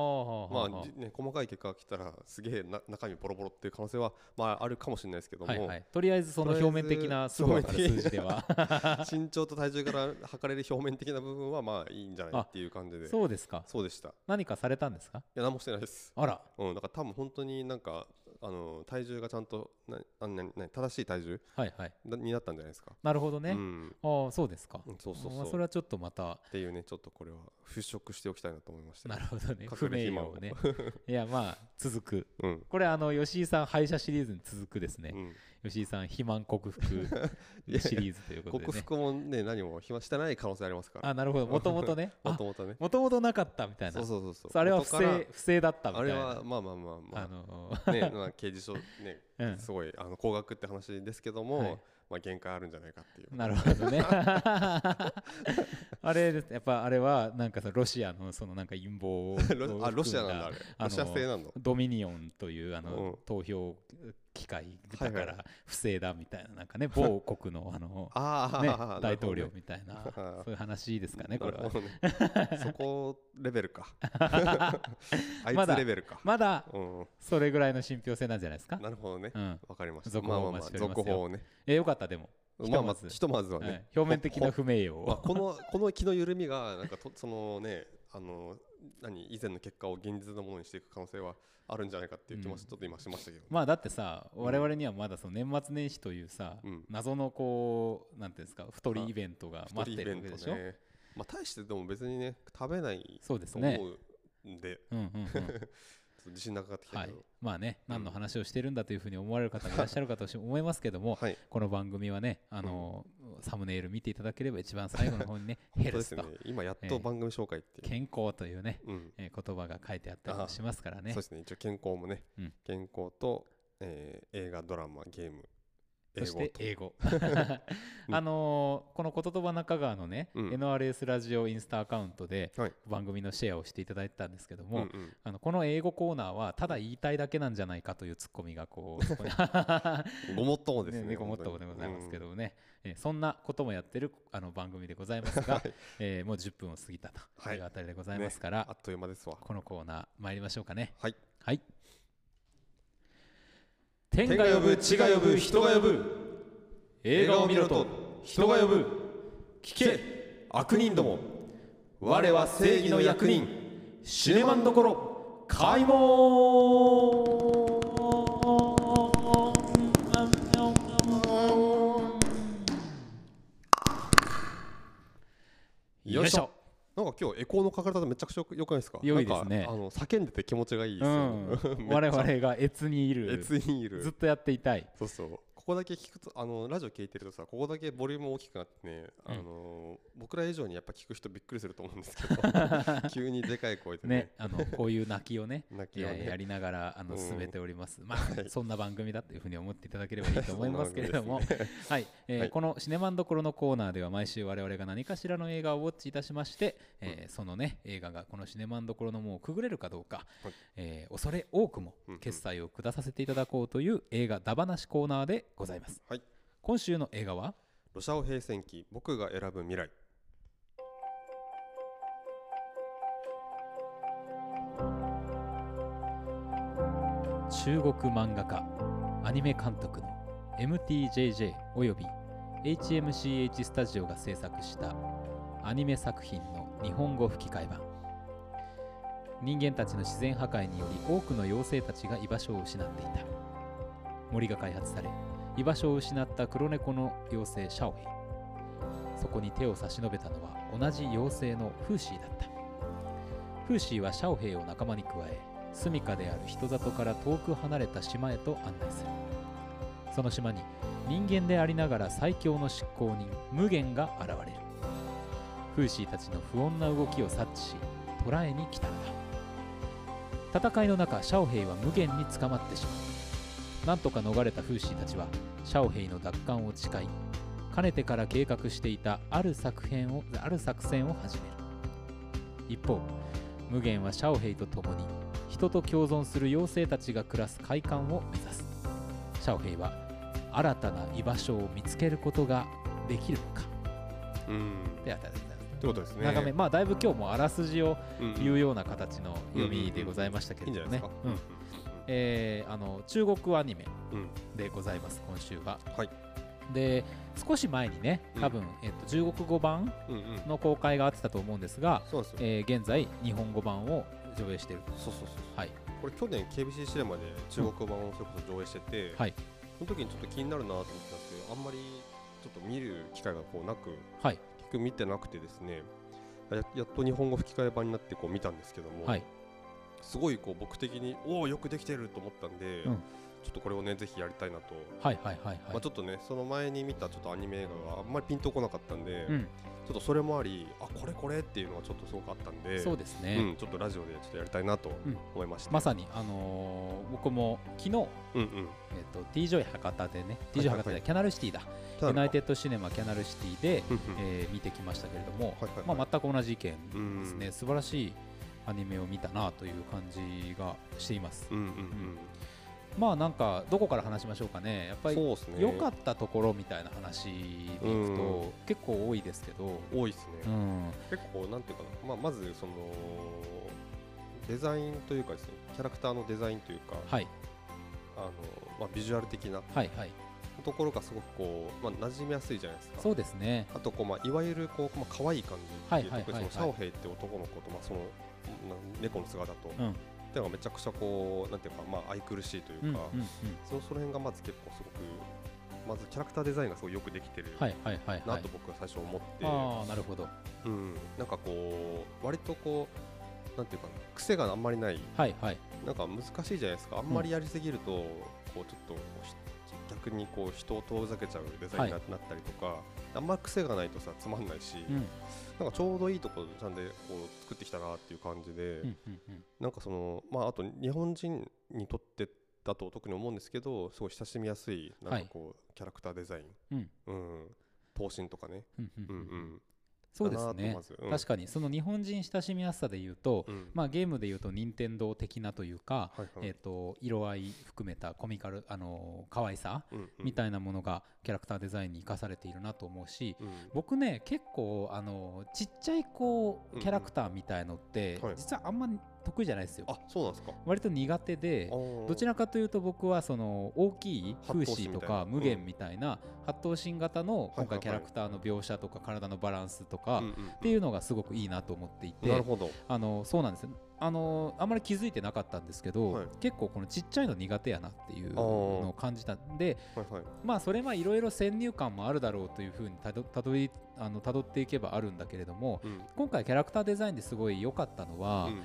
[SPEAKER 1] あ
[SPEAKER 2] まあじね細かい結果が来たらすげえな中身ボロボロっていう可能性はまああるかもしれないですけども、
[SPEAKER 1] はいはい、とりあえずその
[SPEAKER 2] とりあ
[SPEAKER 1] 表
[SPEAKER 2] えず
[SPEAKER 1] 面的なすぐ分かる数字では
[SPEAKER 2] 身長と体重から測れる表面的な部分はまあいいんじゃないっていう感じで
[SPEAKER 1] そうですか
[SPEAKER 2] そうでしたい
[SPEAKER 1] 何かされたんですか
[SPEAKER 2] や何もしてないです
[SPEAKER 1] あら
[SPEAKER 2] うんだから多分本当になんかあの体重がちゃんとなあなな正しい体重
[SPEAKER 1] はいはい
[SPEAKER 2] なになったんじゃないですか
[SPEAKER 1] なるほどね、
[SPEAKER 2] うん
[SPEAKER 1] ああそうですか
[SPEAKER 2] うんそうそう
[SPEAKER 1] まあ
[SPEAKER 2] そ
[SPEAKER 1] そうれはちょっとまた
[SPEAKER 2] っていうねちょっとこれは払拭しておきたいなと思いました
[SPEAKER 1] なるほどね
[SPEAKER 2] 隠
[SPEAKER 1] 不名
[SPEAKER 2] れ
[SPEAKER 1] 誉
[SPEAKER 2] 肥
[SPEAKER 1] をね いやまあ続く
[SPEAKER 2] うん
[SPEAKER 1] これあの吉井さん敗者シリーズに続くですね、
[SPEAKER 2] うん
[SPEAKER 1] 吉井さん肥満克服シリーズということで、ね、
[SPEAKER 2] 克服もね何も暇してない可能性ありますから
[SPEAKER 1] あなるほどもともとね
[SPEAKER 2] もともとね
[SPEAKER 1] もともとなかったみたいな
[SPEAKER 2] そうそうそうそう
[SPEAKER 1] あれは不
[SPEAKER 2] 元から
[SPEAKER 1] 正不正だったみた
[SPEAKER 2] あ
[SPEAKER 1] い
[SPEAKER 2] れ
[SPEAKER 1] な
[SPEAKER 2] はまあまあまあまあ
[SPEAKER 1] あの
[SPEAKER 2] ね、まあ、刑事書ね、
[SPEAKER 1] うん
[SPEAKER 2] すごいあの高額って話ですけども、
[SPEAKER 1] はい
[SPEAKER 2] まあ限界あるんじゃないかっていう。
[SPEAKER 1] なるほどね。あれですやっぱあれはなんかそのロシアのそのなんか陰謀を
[SPEAKER 2] ロあロシアなんだあれ。
[SPEAKER 1] あの
[SPEAKER 2] ロシア製なんだ。
[SPEAKER 1] ドミニオンというあ
[SPEAKER 2] うん
[SPEAKER 1] の投票機械だか
[SPEAKER 2] はいは
[SPEAKER 1] ら不正だみたいななんかね某国のあ の
[SPEAKER 2] ああ、
[SPEAKER 1] ね
[SPEAKER 2] なるほど
[SPEAKER 1] 大統領みたいな
[SPEAKER 2] あー
[SPEAKER 1] そういう話ですかねこれ
[SPEAKER 2] なる
[SPEAKER 1] は
[SPEAKER 2] ほどね そこレベルか。あい
[SPEAKER 1] ま
[SPEAKER 2] つ
[SPEAKER 1] だ
[SPEAKER 2] レベルか。
[SPEAKER 1] まだ
[SPEAKER 2] うん、
[SPEAKER 1] それぐらいの信憑性なんじゃないですか
[SPEAKER 2] なるほどね
[SPEAKER 1] う。ん
[SPEAKER 2] わかりました。
[SPEAKER 1] 続
[SPEAKER 2] ま
[SPEAKER 1] 報
[SPEAKER 2] あ
[SPEAKER 1] を
[SPEAKER 2] ま
[SPEAKER 1] お
[SPEAKER 2] あま
[SPEAKER 1] 待
[SPEAKER 2] あ
[SPEAKER 1] ちしております
[SPEAKER 2] 続
[SPEAKER 1] よ
[SPEAKER 2] 報をね。
[SPEAKER 1] えよかったでもひ
[SPEAKER 2] まあ
[SPEAKER 1] と
[SPEAKER 2] ま
[SPEAKER 1] ま
[SPEAKER 2] あ
[SPEAKER 1] ず
[SPEAKER 2] ひとまずは
[SPEAKER 1] は
[SPEAKER 2] ね
[SPEAKER 1] い。表面的な
[SPEAKER 2] こ。
[SPEAKER 1] 不名誉
[SPEAKER 2] こまあ
[SPEAKER 1] を
[SPEAKER 2] このこの気の緩みがなんかとそのねあの何以前の結果を現実のものにしていく可能性はあるんじゃないかっていう気もちょっと今しましたけど。
[SPEAKER 1] まあだってさ
[SPEAKER 2] ん
[SPEAKER 1] 我々にはまだその年末年始というさ、
[SPEAKER 2] うん
[SPEAKER 1] 謎のこうなんていうんですか太りイベントが
[SPEAKER 2] 一
[SPEAKER 1] 待っ
[SPEAKER 2] 人
[SPEAKER 1] て
[SPEAKER 2] イベ
[SPEAKER 1] るわ
[SPEAKER 2] ン
[SPEAKER 1] け
[SPEAKER 2] ト
[SPEAKER 1] でしょ、
[SPEAKER 2] ね。まあ大してでも別にね食べない
[SPEAKER 1] そうです
[SPEAKER 2] と
[SPEAKER 1] ね
[SPEAKER 2] 思うんで、
[SPEAKER 1] うんうん うん
[SPEAKER 2] ちょっと自信なくなってきた
[SPEAKER 1] は
[SPEAKER 2] け
[SPEAKER 1] い
[SPEAKER 2] ど、
[SPEAKER 1] まあね
[SPEAKER 2] うん
[SPEAKER 1] 何の話をしてるんだというふうに思われる方もいらっしゃるかと思いますけども
[SPEAKER 2] はい、
[SPEAKER 1] この番組はねあのサムネイル見ていただければ一番最後の方にね
[SPEAKER 2] 本
[SPEAKER 1] ヘ
[SPEAKER 2] 当で
[SPEAKER 1] ル
[SPEAKER 2] す
[SPEAKER 1] ス
[SPEAKER 2] ね
[SPEAKER 1] と。
[SPEAKER 2] 今やっ
[SPEAKER 1] え
[SPEAKER 2] と
[SPEAKER 1] え
[SPEAKER 2] 番組紹介っていう、
[SPEAKER 1] 健康というね
[SPEAKER 2] うん、
[SPEAKER 1] えー言葉が書いてあったりもしますからね
[SPEAKER 2] そうですね。一応健康もね、
[SPEAKER 1] うん
[SPEAKER 2] 健康と、えー、映画、ドラマ、ゲーム、英
[SPEAKER 1] そ
[SPEAKER 2] 語
[SPEAKER 1] し
[SPEAKER 2] と
[SPEAKER 1] て英語
[SPEAKER 2] うん
[SPEAKER 1] あのーこの「言葉中川」のね、
[SPEAKER 2] うん
[SPEAKER 1] NRS ラジオインスタアカウントで
[SPEAKER 2] はい
[SPEAKER 1] 番組のシェアをしていただいてたんですけども、
[SPEAKER 2] うんうん
[SPEAKER 1] あのこの英語コーナーはただ言いたいだけなんじゃないかというツッコミがこ うそこに
[SPEAKER 2] ごもっともですね。
[SPEAKER 1] ね猫もっ
[SPEAKER 2] 本当
[SPEAKER 1] と
[SPEAKER 2] に
[SPEAKER 1] もでございますけ、どね、えーそんなこともやってるあの番組でございます
[SPEAKER 2] うん
[SPEAKER 1] が、
[SPEAKER 2] はい
[SPEAKER 1] えーもう10分を過ぎたと
[SPEAKER 2] はい
[SPEAKER 1] いうあたりでございますから、
[SPEAKER 2] あっという間ですわ。
[SPEAKER 1] このコーナー参りましょうかね
[SPEAKER 2] はい。
[SPEAKER 1] はい天が呼ぶ地が呼ぶ人が呼ぶ
[SPEAKER 2] ぶ、
[SPEAKER 1] 映画を見ろと
[SPEAKER 2] 人が呼ぶ、聞け、悪人ども、我は正義の役人、
[SPEAKER 1] シネマンどころ開門よいしょ
[SPEAKER 2] なんか今日エコーのかかり方めちゃくちゃ良くないですか
[SPEAKER 1] 良いですね
[SPEAKER 2] なんかあの叫んでて気持ちがいいで
[SPEAKER 1] う
[SPEAKER 2] すよ
[SPEAKER 1] ん
[SPEAKER 2] ね、
[SPEAKER 1] 我々が越にい
[SPEAKER 2] え
[SPEAKER 1] る
[SPEAKER 2] つにい
[SPEAKER 1] ずっ
[SPEAKER 2] る
[SPEAKER 1] とやっていたい
[SPEAKER 2] そうそうここだけ聞くとあのラジオ聞いてるとさここだけボリューム大きくなってね、あの僕ら以上にやっぱ聞く人びっくりすると思うんですけ ど急にでかい声でね
[SPEAKER 1] ねあのこういう泣きをね
[SPEAKER 2] 泣
[SPEAKER 1] い
[SPEAKER 2] きを
[SPEAKER 1] や
[SPEAKER 2] ね
[SPEAKER 1] やりながらあ
[SPEAKER 2] う
[SPEAKER 1] の
[SPEAKER 2] ん
[SPEAKER 1] 進めております、まあそんな番組だというふうに思っていただければいいと思いますけれども、
[SPEAKER 2] そんな
[SPEAKER 1] はい、えー
[SPEAKER 2] はい
[SPEAKER 1] このシネマンどころのコーナーでは毎週我々が何かしらの映画をウォッチいたしまして、えーそのね映画がこのシネマンどころの門をくぐれるかどうか、
[SPEAKER 2] はい
[SPEAKER 1] えー恐れ多くも
[SPEAKER 2] うんうん
[SPEAKER 1] 決済を下させていただこうという映画だばなしコーナーでございます
[SPEAKER 2] はい
[SPEAKER 1] 今週の映画は
[SPEAKER 2] ロシアオ平戦期僕が選ぶ未来
[SPEAKER 1] 中国漫画家アニメ監督の MTJJ および HMCH スタジオが制作したアニメ作品の日本語吹き替え版人間たちの自然破壊により多くの妖精たちが居場所を失っていた森が開発され居場所を失った黒猫の妖精シャオヘイそこに手を差し伸べたのは同じ妖精のフーシーだったフーシーはシャオヘイを仲間に加え住処である人里から遠く離れた島へと案内するその島に人間でありながら最強の執行人無限が現れるフーシーたちの不穏な動きを察知し捕らえに来たのだ戦いの中シャオヘイは無限に捕まってしまうなんとか逃れたフーシーたちはシャオヘイの奪還を誓いかねてから計画していたある作編をある作戦を始める一方無限はシャオヘイと共に人と共存する妖精たちが暮らす快感を目指すシャオヘイは新たな居場所を見つけることができるのか
[SPEAKER 2] うん。
[SPEAKER 1] であた
[SPEAKER 2] ってことですね。
[SPEAKER 1] 長めまあだいぶ今日もあらすじを
[SPEAKER 2] うん
[SPEAKER 1] いうような形の読みでございましたけ
[SPEAKER 2] いいん
[SPEAKER 1] れ
[SPEAKER 2] じ
[SPEAKER 1] ど
[SPEAKER 2] ゃ
[SPEAKER 1] も
[SPEAKER 2] ないで
[SPEAKER 1] ね
[SPEAKER 2] す
[SPEAKER 1] う
[SPEAKER 2] か。
[SPEAKER 1] んえーあの中国アニメ
[SPEAKER 2] うん。うん。
[SPEAKER 1] でございます今週は
[SPEAKER 2] はい。
[SPEAKER 1] で少し前にね多分、えっと、中国語版
[SPEAKER 2] うんうん。
[SPEAKER 1] の公開があってたと思うんですが、
[SPEAKER 2] そうですよ。
[SPEAKER 1] えー現在日本語版を上映している
[SPEAKER 2] そうそうそうそう。
[SPEAKER 1] はい
[SPEAKER 2] これ去年 KBC シネマで中国版をそれこそ上映してて、
[SPEAKER 1] はい
[SPEAKER 2] その時にちょっと気になるなと思ってたんですけどあんまりちょっと見る機会がこうなく
[SPEAKER 1] はい
[SPEAKER 2] 結局見てなくてですねややっと日本語吹き替え版になってこう見たんですけども、
[SPEAKER 1] はい
[SPEAKER 2] すごいこう僕的におおよくできてると思ったんで、
[SPEAKER 1] うん
[SPEAKER 2] ちょっとこれをねぜひやりたいなと、
[SPEAKER 1] はいはいはい
[SPEAKER 2] ま
[SPEAKER 1] は
[SPEAKER 2] あ、
[SPEAKER 1] い
[SPEAKER 2] ちょっとねその前に見たちょっとアニメ映画があんまりピンとこなかったんで、
[SPEAKER 1] うん
[SPEAKER 2] ちょっとそれもありあこれこれっていうのがちょっとすごくあったんで
[SPEAKER 1] そうですね、
[SPEAKER 2] うん、ちょっとラジオでちょっとやりたいなと
[SPEAKER 1] うん
[SPEAKER 2] 思いました。
[SPEAKER 1] まさにあのー僕も昨日
[SPEAKER 2] うんうん、
[SPEAKER 1] えっと TJ 博多でね
[SPEAKER 2] はい
[SPEAKER 1] TJ 博多
[SPEAKER 2] は
[SPEAKER 1] で
[SPEAKER 2] い
[SPEAKER 1] キャナルシティだユナイテッドシネマキャナルシティで、
[SPEAKER 2] うんうん
[SPEAKER 1] えー見てきましたけれども、
[SPEAKER 2] はいはいはい
[SPEAKER 1] まあ、全く同じ意見
[SPEAKER 2] うん
[SPEAKER 1] ですね、素晴らしいアニメを見たなという感じがしています、
[SPEAKER 2] うんうん
[SPEAKER 1] まあなんかどこから話しましょうかねやっ
[SPEAKER 2] う
[SPEAKER 1] ぱ
[SPEAKER 2] ん、
[SPEAKER 1] り
[SPEAKER 2] そうですね。
[SPEAKER 1] 良かったところみたいな話でいくと、
[SPEAKER 2] うん
[SPEAKER 1] 結構多いですけど、
[SPEAKER 2] 多いですね。
[SPEAKER 1] うん、
[SPEAKER 2] 結構なんていうかな、まあまずそのデザインというかですね、キャラクターのデザインというか、
[SPEAKER 1] はい
[SPEAKER 2] あのまあビジュアル的な
[SPEAKER 1] はいはい
[SPEAKER 2] ところがすごくこうまあ馴染みやすいじゃないですか。
[SPEAKER 1] そうですね
[SPEAKER 2] あとこうまあいわゆるこうまあ可愛い感じっていう、
[SPEAKER 1] はいはいはいはい
[SPEAKER 2] 特にそのシャオヘイって男の子とまあそのな猫の姿と、
[SPEAKER 1] うん
[SPEAKER 2] っていうのがめちゃくちゃこうなんていうかまあ愛くるしいという
[SPEAKER 1] う
[SPEAKER 2] か。
[SPEAKER 1] んうんうん
[SPEAKER 2] そのその辺がまず結構すごくまずキャラクターデザインがすごいよくできてる
[SPEAKER 1] はいはいはい
[SPEAKER 2] な
[SPEAKER 1] はい
[SPEAKER 2] と僕は最初思って、
[SPEAKER 1] ああなるほど
[SPEAKER 2] うん、なんかこう割とこうなんていうかな癖があんまりない
[SPEAKER 1] はいはい
[SPEAKER 2] なんか難しいじゃないですかあんまりやりすぎると、こうちょっとこうひ逆にこう人を遠ざけちゃうデザインにななったりとか、あんまり癖がないとさつまんないし、
[SPEAKER 1] うん
[SPEAKER 2] なんかちょうどいいところちゃんでこう作ってきたなっていう感じで、
[SPEAKER 1] うんうんうん
[SPEAKER 2] なんかそのまああと日本人にとってだと特に思うんですけどすごい親しみやすいな
[SPEAKER 1] は
[SPEAKER 2] ん
[SPEAKER 1] い
[SPEAKER 2] かこう、キャラクターデザイン、
[SPEAKER 1] うん
[SPEAKER 2] うん、等身とかね、
[SPEAKER 1] うんうん
[SPEAKER 2] うんう
[SPEAKER 1] うんうん
[SPEAKER 2] ん、
[SPEAKER 1] そうです
[SPEAKER 2] だなと
[SPEAKER 1] ね
[SPEAKER 2] まずうん
[SPEAKER 1] 確かにその日本人親しみやすさで言うと、
[SPEAKER 2] うん
[SPEAKER 1] まあ、ゲームで言うと任天堂的なというか、
[SPEAKER 2] はいはい
[SPEAKER 1] えー、と色合い含めたコミカル、あのー可愛さ
[SPEAKER 2] うんうん
[SPEAKER 1] みたいなものがキャラクターデザインに生かされているなと思うし
[SPEAKER 2] うん
[SPEAKER 1] 僕ね結構、あのーちっちゃいこ
[SPEAKER 2] うんう
[SPEAKER 1] うんキャラクターみたいのって、
[SPEAKER 2] はい
[SPEAKER 1] 実はあんま得意じゃないですよ
[SPEAKER 2] あそうなんですか
[SPEAKER 1] 割と苦手でど
[SPEAKER 2] ど
[SPEAKER 1] ちらかというと僕はその大きい
[SPEAKER 2] 発
[SPEAKER 1] 風
[SPEAKER 2] 泡
[SPEAKER 1] 刺と
[SPEAKER 2] 神みたいな
[SPEAKER 1] か無限みたいな発頭身型の今
[SPEAKER 2] はいはいは
[SPEAKER 1] 回
[SPEAKER 2] い
[SPEAKER 1] キャラクターの描写とか体のバランスとか、
[SPEAKER 2] うんうん
[SPEAKER 1] っていうのがすごくいいなと思っていて
[SPEAKER 2] なるほど
[SPEAKER 1] あのそうなんですよあのあんまり気づいてなかったんですけど、
[SPEAKER 2] はい
[SPEAKER 1] 結構このちっちゃいの苦手やなっていうのを感じたんで
[SPEAKER 2] はいはい
[SPEAKER 1] まあそれはいろいろ先入観もあるだろうというふうにたどたどりあのたどっていけばあるんだけれども
[SPEAKER 2] うん
[SPEAKER 1] 今回キャラクターデザインですごい良かったのは、
[SPEAKER 2] うん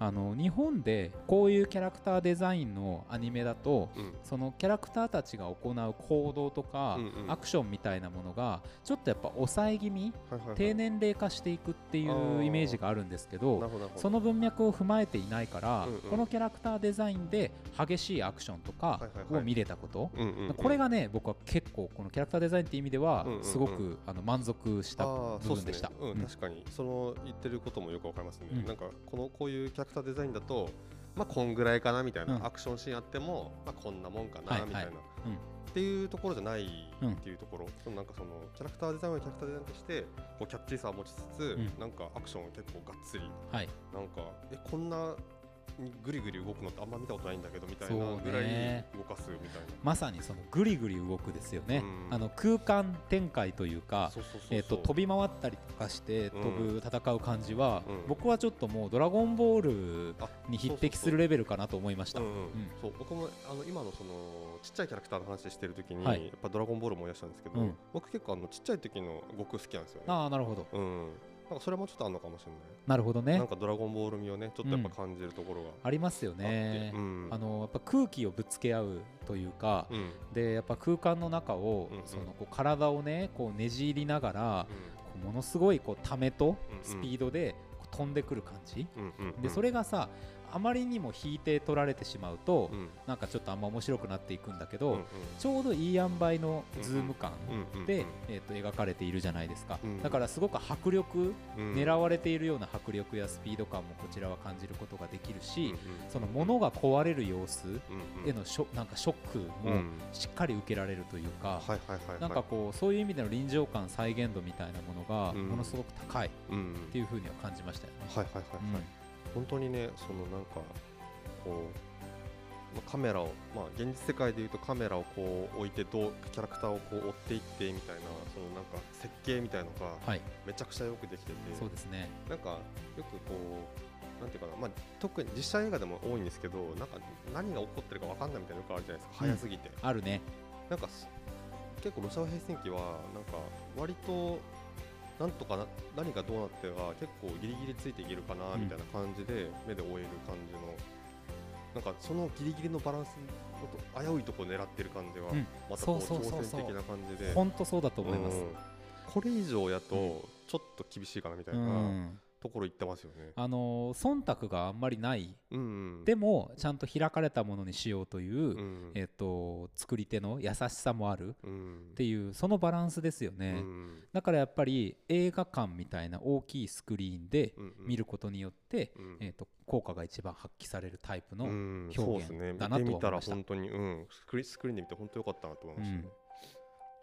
[SPEAKER 1] あの日本でこういうキャラクターデザインのアニメだと
[SPEAKER 2] うん
[SPEAKER 1] そのキャラクターたちが行う行動とか、
[SPEAKER 2] うんうん
[SPEAKER 1] アクションみたいなものがちょっとやっぱ抑え気味
[SPEAKER 2] はいはいはい
[SPEAKER 1] 低年齢化していくってい
[SPEAKER 2] あ
[SPEAKER 1] う
[SPEAKER 2] ー
[SPEAKER 1] イメージがあるんですけ
[SPEAKER 2] な
[SPEAKER 1] ど
[SPEAKER 2] るほどなるほど
[SPEAKER 1] その文脈を踏まえていないから、
[SPEAKER 2] うんうん
[SPEAKER 1] このキャラクターデザインで激しいアクションとか
[SPEAKER 2] はいはいは
[SPEAKER 1] を
[SPEAKER 2] い
[SPEAKER 1] 見れたこと、
[SPEAKER 2] うんうんうん
[SPEAKER 1] これがね僕は結構このキャラクターデザインって意味では
[SPEAKER 2] うんうんうん
[SPEAKER 1] すごく、あの満足した
[SPEAKER 2] あー
[SPEAKER 1] 部分でした。
[SPEAKER 2] そうっすねうん、確かにその言ってることもよくわかりますね、
[SPEAKER 1] うん
[SPEAKER 2] なんかこのこういうキャラクターデザインだとまあこんぐらいかなみたいな、
[SPEAKER 1] うん
[SPEAKER 2] アクションシーンあっても、まあ、こんなもんかな
[SPEAKER 1] はい
[SPEAKER 2] みたいな、
[SPEAKER 1] はいうん
[SPEAKER 2] っていうところじゃない
[SPEAKER 1] うん
[SPEAKER 2] っていうところ、そのなんかそのキャラクターデザインはキャラクターデザインとしてこうキャッチーさを持ちつつ、
[SPEAKER 1] ん
[SPEAKER 2] なんかアクションを結構がっつり
[SPEAKER 1] はい、
[SPEAKER 2] なんかえこんなぐりぐり動くのってあんま見たことないんだけどみたい
[SPEAKER 1] そう
[SPEAKER 2] な
[SPEAKER 1] ね
[SPEAKER 2] ぐらい動かすみたいな。
[SPEAKER 1] まさにそのグリグリ動くですよね、
[SPEAKER 2] うん
[SPEAKER 1] あの空間展開というか
[SPEAKER 2] そうそうそうそう
[SPEAKER 1] えー、と飛び回ったりとかして飛ぶ、
[SPEAKER 2] う
[SPEAKER 1] 戦う感じは、
[SPEAKER 2] うん
[SPEAKER 1] 僕はちょっともう「ドラゴンボール
[SPEAKER 2] あ」
[SPEAKER 1] に匹敵するレベルかなと思いました
[SPEAKER 2] うんうんそう僕もあの今のそのちっちゃいキャラクターの話してる時に、
[SPEAKER 1] はい
[SPEAKER 2] やっぱ「ドラゴンボール」思い出したんですけど、
[SPEAKER 1] うん
[SPEAKER 2] 僕結構あのちっちゃい時の悟空好きなんですよね。
[SPEAKER 1] ああなるほど
[SPEAKER 2] うん、なんかそれもちょっとあるのかもしれな
[SPEAKER 1] なるほどね
[SPEAKER 2] い。なんか「ドラゴンボール」味をねちょっとやっぱ感じるところがあ
[SPEAKER 1] ありますよ
[SPEAKER 2] って、
[SPEAKER 1] ね、
[SPEAKER 2] うん、
[SPEAKER 1] あのやっぱ空気をぶつけ合うというか、
[SPEAKER 2] うん、うん
[SPEAKER 1] でやっぱ空間の中を、
[SPEAKER 2] うんうん
[SPEAKER 1] そのこう体をねこうねじりながら、こうものすごいこうためと
[SPEAKER 2] うんうん
[SPEAKER 1] スピードでこう飛んでくる感じ、
[SPEAKER 2] うんうんうん
[SPEAKER 1] でそれがさあまりにも引いて取られてしまうと、
[SPEAKER 2] うん
[SPEAKER 1] なんかちょっとあんま面白くなっていくんだけ
[SPEAKER 2] う
[SPEAKER 1] ど、
[SPEAKER 2] んうん
[SPEAKER 1] ちょうどいい塩梅のズーム感
[SPEAKER 2] うんうん
[SPEAKER 1] で、えー、と描かれているじゃないですか、
[SPEAKER 2] うん
[SPEAKER 1] だからすごく迫力、
[SPEAKER 2] うん
[SPEAKER 1] 狙われているような迫力やスピード感もこちらは感じることができる
[SPEAKER 2] うん
[SPEAKER 1] し、
[SPEAKER 2] うん
[SPEAKER 1] その物が壊れる様子
[SPEAKER 2] うんうん
[SPEAKER 1] へのショなんかショック
[SPEAKER 2] う
[SPEAKER 1] も
[SPEAKER 2] ん
[SPEAKER 1] しっかり受けられるというか、
[SPEAKER 2] はいはいはいはい
[SPEAKER 1] なんかこうそういう意味での臨場感再現度みたいなものが
[SPEAKER 2] うん
[SPEAKER 1] ものすごく高いっ
[SPEAKER 2] うんうん
[SPEAKER 1] ていうふうには感じましたよね。
[SPEAKER 2] はいはいはいはい本当にねそのなんかこうまあカメラをまあ現実世界でいうとカメラをこう置いてどうキャラクターをこう追っていってみたいなそのなんか設計みたいのが
[SPEAKER 1] はい、
[SPEAKER 2] めちゃくちゃよくできてて
[SPEAKER 1] そうですね。
[SPEAKER 2] なんかよくこうなんていうかなまあ特に実写映画でも多いんですけどなんか何が起こってるかわかんないみたいなのよくあるじゃないですか
[SPEAKER 1] うん
[SPEAKER 2] 早すぎて
[SPEAKER 1] あるね。
[SPEAKER 2] なんかす結構ロシア平戦期はなんか割となんとかな何がどうなっては結構ギリギリついていけるかな
[SPEAKER 1] うん
[SPEAKER 2] みたいな感じで目で追える感じの、なんかそのギリギリのバランスのと危ういところ狙ってる感じは
[SPEAKER 1] うん
[SPEAKER 2] またこう
[SPEAKER 1] そうそうそうそ
[SPEAKER 2] 挑
[SPEAKER 1] う
[SPEAKER 2] 戦的な感じで
[SPEAKER 1] 本当そうだと思います。
[SPEAKER 2] うんこれ以上やとちょっと厳しいかなみたいうなんところ行ってますよね。
[SPEAKER 1] あのー忖度があんまりない。
[SPEAKER 2] うんうん
[SPEAKER 1] でもちゃんと開かれたものにしようという、
[SPEAKER 2] うん
[SPEAKER 1] えっと作り手の優しさもある
[SPEAKER 2] うん
[SPEAKER 1] っていうそのバランスですよ
[SPEAKER 2] う
[SPEAKER 1] ね。
[SPEAKER 2] ん
[SPEAKER 1] だからやっぱり映画館みたいな大きいスクリーンで
[SPEAKER 2] うんうん
[SPEAKER 1] 見ることによって、
[SPEAKER 2] うん
[SPEAKER 1] えー、と効果が一番発揮されるタイプの、
[SPEAKER 2] うん
[SPEAKER 1] 表
[SPEAKER 2] そう
[SPEAKER 1] 現
[SPEAKER 2] ですね
[SPEAKER 1] だなとは
[SPEAKER 2] 見てみ
[SPEAKER 1] 思
[SPEAKER 2] た
[SPEAKER 1] い
[SPEAKER 2] ら
[SPEAKER 1] ました
[SPEAKER 2] 本当に、うん、スクリスクリーンで見て本当良かったなと思いましたね、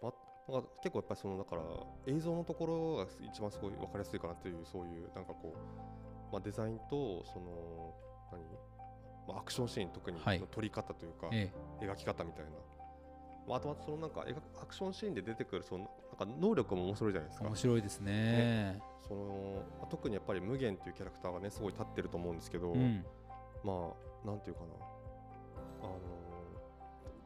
[SPEAKER 2] まなんか結構やっぱりそのだから映像のところが一番すごい分かりやすいかなというそういうなんかこう、まあ、デザインとその何、まあ、アクションシーン特に
[SPEAKER 1] はい
[SPEAKER 2] の撮り方というか、
[SPEAKER 1] え
[SPEAKER 2] 描き方みたいな、まあ、あとはそのなんか描アクションシーンで出てくるそのなんか能力も面白いじゃないです
[SPEAKER 1] え
[SPEAKER 2] か
[SPEAKER 1] 面白いですね
[SPEAKER 2] その、まあ特にやっぱり無限というキャラクターがねすごい立ってると思うんですけど、
[SPEAKER 1] うん、
[SPEAKER 2] まあなんていうかなあの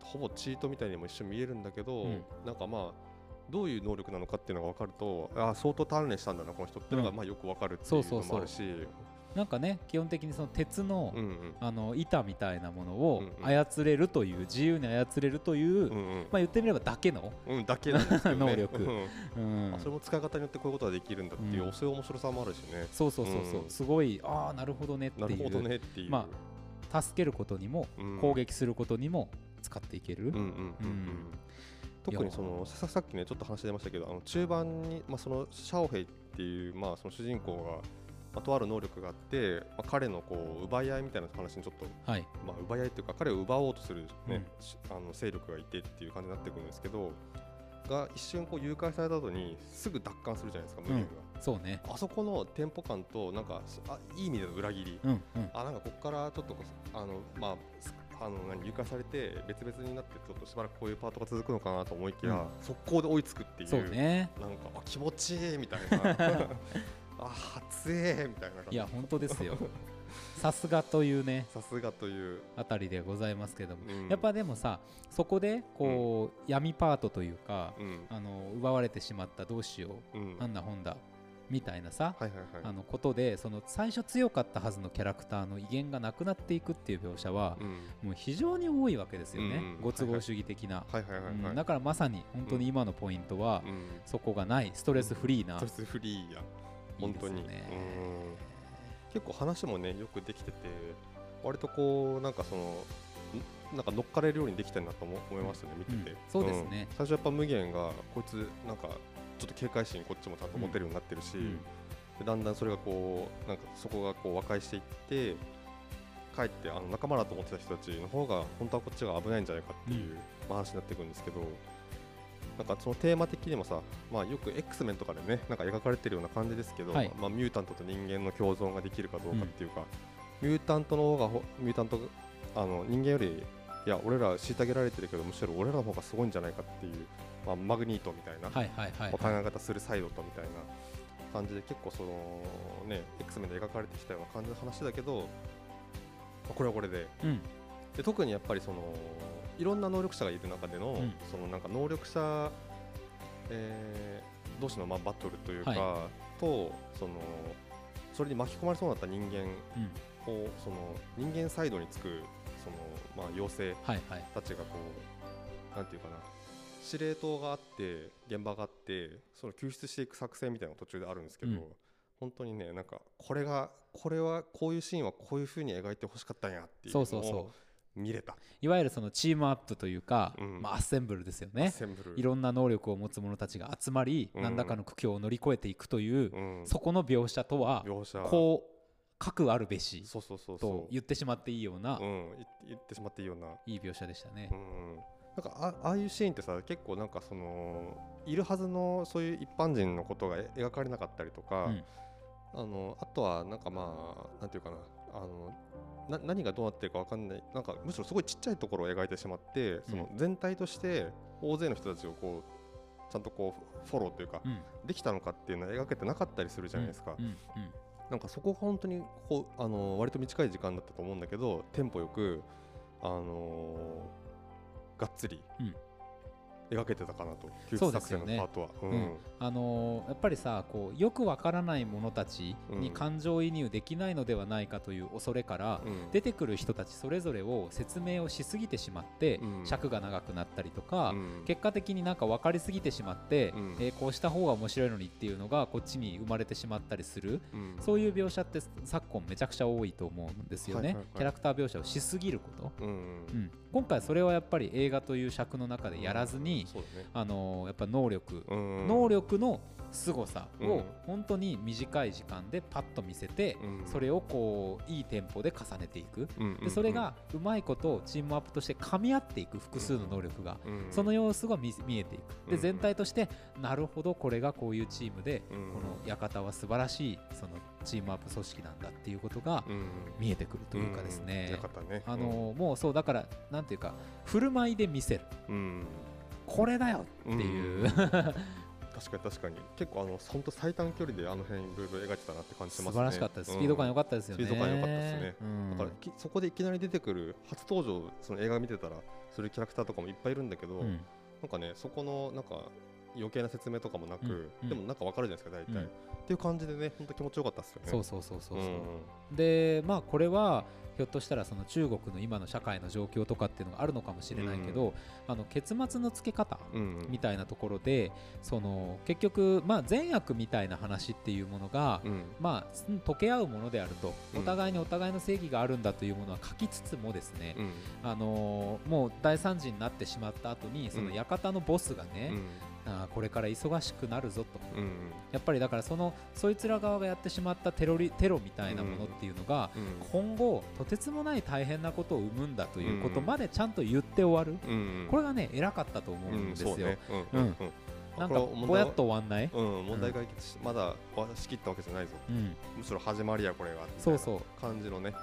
[SPEAKER 2] ほぼチートみたいにも一瞬見えるんだけど、
[SPEAKER 1] うん
[SPEAKER 2] なんかまあどういう能力なのかっていうのが分かるとああ相当鍛錬したんだなこの人っていうのが
[SPEAKER 1] うん
[SPEAKER 2] まあよく分かるってい
[SPEAKER 1] そう
[SPEAKER 2] う
[SPEAKER 1] そう
[SPEAKER 2] の
[SPEAKER 1] そう
[SPEAKER 2] もあるし
[SPEAKER 1] なんかね基本的にその鉄の,、
[SPEAKER 2] うんうん
[SPEAKER 1] あの板みたいなものを
[SPEAKER 2] うんうん
[SPEAKER 1] 操れるという、自由に操れるという、
[SPEAKER 2] うんうん
[SPEAKER 1] まあ言ってみればだけの、
[SPEAKER 2] うんだけなんですけど ね
[SPEAKER 1] 能力
[SPEAKER 2] うん
[SPEAKER 1] うん
[SPEAKER 2] あそれも使い方によってこういうことができるんだっていう、
[SPEAKER 1] うん
[SPEAKER 2] そういう面白さもあるしね
[SPEAKER 1] そうそうそうそう、
[SPEAKER 2] うん
[SPEAKER 1] すごいああなるほどねって
[SPEAKER 2] なる
[SPEAKER 1] い
[SPEAKER 2] ほ
[SPEAKER 1] う
[SPEAKER 2] どねっていう、
[SPEAKER 1] ま助けることにも
[SPEAKER 2] うん
[SPEAKER 1] 攻撃することにも使っていける、
[SPEAKER 2] うんうんうんうん
[SPEAKER 1] うん
[SPEAKER 2] 特にそのささっきねちょっと話出ましたけどあの中盤に、まあ、そのシャオヘイっていう、まあ、その主人公が、まあ、とある能力があって、まあ、彼のこう奪い合いみたいな話にちょっと、
[SPEAKER 1] はい、
[SPEAKER 2] まあ、奪い合いというか彼を奪おうとする、
[SPEAKER 1] う
[SPEAKER 2] ね
[SPEAKER 1] ん
[SPEAKER 2] しあの勢力がいてっていう感じになってくるんですけどが一瞬こう誘拐された後にすぐ奪還するじゃないですか無限が、
[SPEAKER 1] そうね
[SPEAKER 2] あそこのテンポ感となんかあいい意味での裏切り、
[SPEAKER 1] うんうん
[SPEAKER 2] あなんかここからちょっとこうあのまあすあの何誘拐されて別々になってちょっとしばらくこういうパートが続くのかなと思いきや、速攻で追いつくっていう
[SPEAKER 1] そうね
[SPEAKER 2] なんかあ気持ちいいみたい なあ熱えみたいな感
[SPEAKER 1] い
[SPEAKER 2] じ
[SPEAKER 1] や本当です よさすがというね
[SPEAKER 2] さすがという、
[SPEAKER 1] あたりでございますけども、
[SPEAKER 2] うん
[SPEAKER 1] やっぱでもさそこでこう、闇パートというか、
[SPEAKER 2] うん
[SPEAKER 1] あの奪われてしまったどうしよ
[SPEAKER 2] うん
[SPEAKER 1] うな
[SPEAKER 2] はい
[SPEAKER 1] んだ本だみたいなさ、
[SPEAKER 2] はいは
[SPEAKER 1] あ
[SPEAKER 2] い
[SPEAKER 1] のことでその最初強かったはずのキャラクターの威厳がなくなっていくっていう描写は、
[SPEAKER 2] うん
[SPEAKER 1] もう非常に多いわけですよね、
[SPEAKER 2] うんうん
[SPEAKER 1] ご都合主義的な、
[SPEAKER 2] はいはいはいはい
[SPEAKER 1] うんだからまさに本当に今のポイントは、
[SPEAKER 2] うん
[SPEAKER 1] そこがないストレスフリーな、
[SPEAKER 2] ストレスフリーや
[SPEAKER 1] いい
[SPEAKER 2] 本
[SPEAKER 1] ですよ
[SPEAKER 2] 当に
[SPEAKER 1] ね
[SPEAKER 2] うん結構話もねよくできてて割とこうなんかそのんなんか乗っかれるようにできたなと思思いましたね見てて、
[SPEAKER 1] うんそうですね
[SPEAKER 2] ん最初やっぱ無限がこいつなんかちょっと警戒心こっちもちゃんと持てるようになってるし、
[SPEAKER 1] うん
[SPEAKER 2] でだんだんそれがこうなんかそこがこう和解していってかえってあの仲間だと思ってた人たちの方が本当はこっちが危ないんじゃないかっていう、
[SPEAKER 1] うん
[SPEAKER 2] まあ話になっていくんですけどなんかそのテーマ的にもさ、まあ、よく X メンとかでねなんか描かれてるような感じですけど、
[SPEAKER 1] はい
[SPEAKER 2] まあ、ミュータントと人間の共存ができるかどうかっていうか、ミュータントの方がほミュータントあの人間よりいや俺ら虐げられてるけどむしろ俺らの方がすごいんじゃないかっていう、まあ、マグニートみたいな、
[SPEAKER 1] はいはいはい、
[SPEAKER 2] まあ考え方するサイドとみたいな感じで結構そのね X メンで描かれてきたような感じの話だけど、まあこれはこれで
[SPEAKER 1] うん
[SPEAKER 2] で特にやっぱりそのいろんな能力者がいる中での、
[SPEAKER 1] うん
[SPEAKER 2] そのなんか能力者、えー同士のまあバトルというか、
[SPEAKER 1] は
[SPEAKER 2] とそのそれに巻き込まれそうになった人間
[SPEAKER 1] うん、
[SPEAKER 2] をその人間サイドにつくその、まあ、妖精
[SPEAKER 1] はいはい
[SPEAKER 2] たちがこうなんていうかな司令塔があって現場があってその救出していく作戦みたいなのが途中であるんですけど、
[SPEAKER 1] うん
[SPEAKER 2] 本当にねなんかこれがこれはこういうシーンはこういう風に描いてほしかったんやっていう
[SPEAKER 1] そうそ
[SPEAKER 2] の
[SPEAKER 1] うそう
[SPEAKER 2] を見れた
[SPEAKER 1] いわゆるそのチームアップというか、
[SPEAKER 2] うん
[SPEAKER 1] まあ、アッセンブルですよ
[SPEAKER 2] アッ
[SPEAKER 1] ね
[SPEAKER 2] センブル
[SPEAKER 1] いろんな能力を持つ者たちが集まり、
[SPEAKER 2] うん
[SPEAKER 1] 何らかの苦境を乗り越えていくという、
[SPEAKER 2] うん
[SPEAKER 1] そこの描写とは
[SPEAKER 2] 描写
[SPEAKER 1] こうかくあるべし
[SPEAKER 2] そうそうそう
[SPEAKER 1] と
[SPEAKER 2] そう
[SPEAKER 1] 言ってしまっていいような、
[SPEAKER 2] うん言言ってしまっていいようない
[SPEAKER 1] い描写でしたね
[SPEAKER 2] う。んなんかあああいうシーンってさ結構なんかそのいるはずのそういう一般人のことがえ描かれなかったりとか、
[SPEAKER 1] うん
[SPEAKER 2] あのあとはなんかまあなんていうかなあのな何がどうなってるかわかんないなんかむしろすごいちっちゃいところを描いてしまってその全体として大勢の人たちをこうちゃんとこうフォローというか、
[SPEAKER 1] うん
[SPEAKER 2] できたのかっていうのは描けてなかったりするじゃないですか、
[SPEAKER 1] うんうん
[SPEAKER 2] なんかそこが本当にこうあの割と短い時間だったと思うんだけどテンポよくあのーがっつり
[SPEAKER 1] うん
[SPEAKER 2] 描けてたかなと、救
[SPEAKER 1] そう
[SPEAKER 2] 出
[SPEAKER 1] で
[SPEAKER 2] 作
[SPEAKER 1] すよ
[SPEAKER 2] 戦の
[SPEAKER 1] ね
[SPEAKER 2] パートは。う
[SPEAKER 1] うん
[SPEAKER 2] ん
[SPEAKER 1] あのーやっぱりさこうよくわからない者たちに
[SPEAKER 2] うん
[SPEAKER 1] 感情移入できないのではないかという恐れから、
[SPEAKER 2] うん
[SPEAKER 1] 出てくる人たちそれぞれを説明をしすぎてしまって、
[SPEAKER 2] うん
[SPEAKER 1] 尺が長くなったりとか、
[SPEAKER 2] うん
[SPEAKER 1] 結果的になんか分かりすぎてしまって、
[SPEAKER 2] うん
[SPEAKER 1] えーこうした方が面白いのにっていうのがこっちに生まれてしまったりする
[SPEAKER 2] うん
[SPEAKER 1] そういう描写って昨今めちゃくちゃ多いと思うんですよね、
[SPEAKER 2] はいはいはい
[SPEAKER 1] キャラクター描写をしすぎること、
[SPEAKER 2] うん
[SPEAKER 1] うん、今回それはやっぱり映画という尺の中でやらずに、
[SPEAKER 2] そうだね
[SPEAKER 1] あのーやっぱ能力、
[SPEAKER 2] うん
[SPEAKER 1] 能力の凄さ
[SPEAKER 2] う
[SPEAKER 1] を
[SPEAKER 2] ん
[SPEAKER 1] 本当に短い時間でパッと見せて、
[SPEAKER 2] うん
[SPEAKER 1] それをこういいテンポで重ねていく、
[SPEAKER 2] うんうんうん
[SPEAKER 1] でそれがうまいことチームアップとして噛み合っていく複数の能力が、
[SPEAKER 2] うん
[SPEAKER 1] その様子が見見えていくで
[SPEAKER 2] うん
[SPEAKER 1] 全体としてなるほどこれがこういうチームで、
[SPEAKER 2] うん
[SPEAKER 1] この館は素晴らしいそのチームアップ組織なんだっていうことが
[SPEAKER 2] うん
[SPEAKER 1] 見えてくるというかです
[SPEAKER 2] うんよ
[SPEAKER 1] ね
[SPEAKER 2] か、ったね
[SPEAKER 1] あのーもうそうだからなんていうか振る舞いで見せる
[SPEAKER 2] うん
[SPEAKER 1] これだよっていう、
[SPEAKER 2] うん確かに確かに結構あの本当最短距離であの辺いろいろ描いてたなって感じし
[SPEAKER 1] 素
[SPEAKER 2] ますね
[SPEAKER 1] 晴らしかったです、スピード感良
[SPEAKER 2] かっ
[SPEAKER 1] かったですよね
[SPEAKER 2] スピード感良かったですね
[SPEAKER 1] うん
[SPEAKER 2] だからきそこでいきなり出てくる初登場その映画見てたらするキャラクターとかもいっぱいいるんだけど、
[SPEAKER 1] うん
[SPEAKER 2] なんかね、そこのなんか余計な説明とかもなく、
[SPEAKER 1] うんうん
[SPEAKER 2] でもなんかわかるじゃないですか、大体。
[SPEAKER 1] うん
[SPEAKER 2] っていう感じでね、本当気持ちよかったですよね。
[SPEAKER 1] そうそうそうそうそう、
[SPEAKER 2] ん
[SPEAKER 1] でまあこれはひょっとしたらその中国の今の社会の状況とかっていうのがあるのかもしれないけど、あの結末のつけ方
[SPEAKER 2] うんうん
[SPEAKER 1] みたいなところで、その結局、まあ、善悪みたいな話っていうものが、
[SPEAKER 2] うん
[SPEAKER 1] まあ、うん溶け合うものであると
[SPEAKER 2] うん
[SPEAKER 1] お互いにお互いの正義があるんだというものは書きつつもですね、
[SPEAKER 2] うん
[SPEAKER 1] あのーもう大惨事になってしまった後にその館のボスが
[SPEAKER 2] う
[SPEAKER 1] ね、
[SPEAKER 2] ん
[SPEAKER 1] あーこれから忙しくなるぞと、
[SPEAKER 2] うん
[SPEAKER 1] やっぱりだからそのそいつら側がやってしまったテロリテロみたいなものっていうのが、
[SPEAKER 2] うん
[SPEAKER 1] 今後とてつもない大変なことを生むんだということまでちゃんと言って終わる、
[SPEAKER 2] うん
[SPEAKER 1] これがね偉かったと思うんですよ、
[SPEAKER 2] うんそうね
[SPEAKER 1] うん
[SPEAKER 2] うん
[SPEAKER 1] なん
[SPEAKER 2] こ
[SPEAKER 1] か
[SPEAKER 2] れは問題
[SPEAKER 1] ぼやっと終わんない、
[SPEAKER 2] うん、問題解決し、まだ仕切ったわけじゃないぞ。
[SPEAKER 1] うん、
[SPEAKER 2] むしろ始まりや、これが。
[SPEAKER 1] そうそう
[SPEAKER 2] う。感じのね。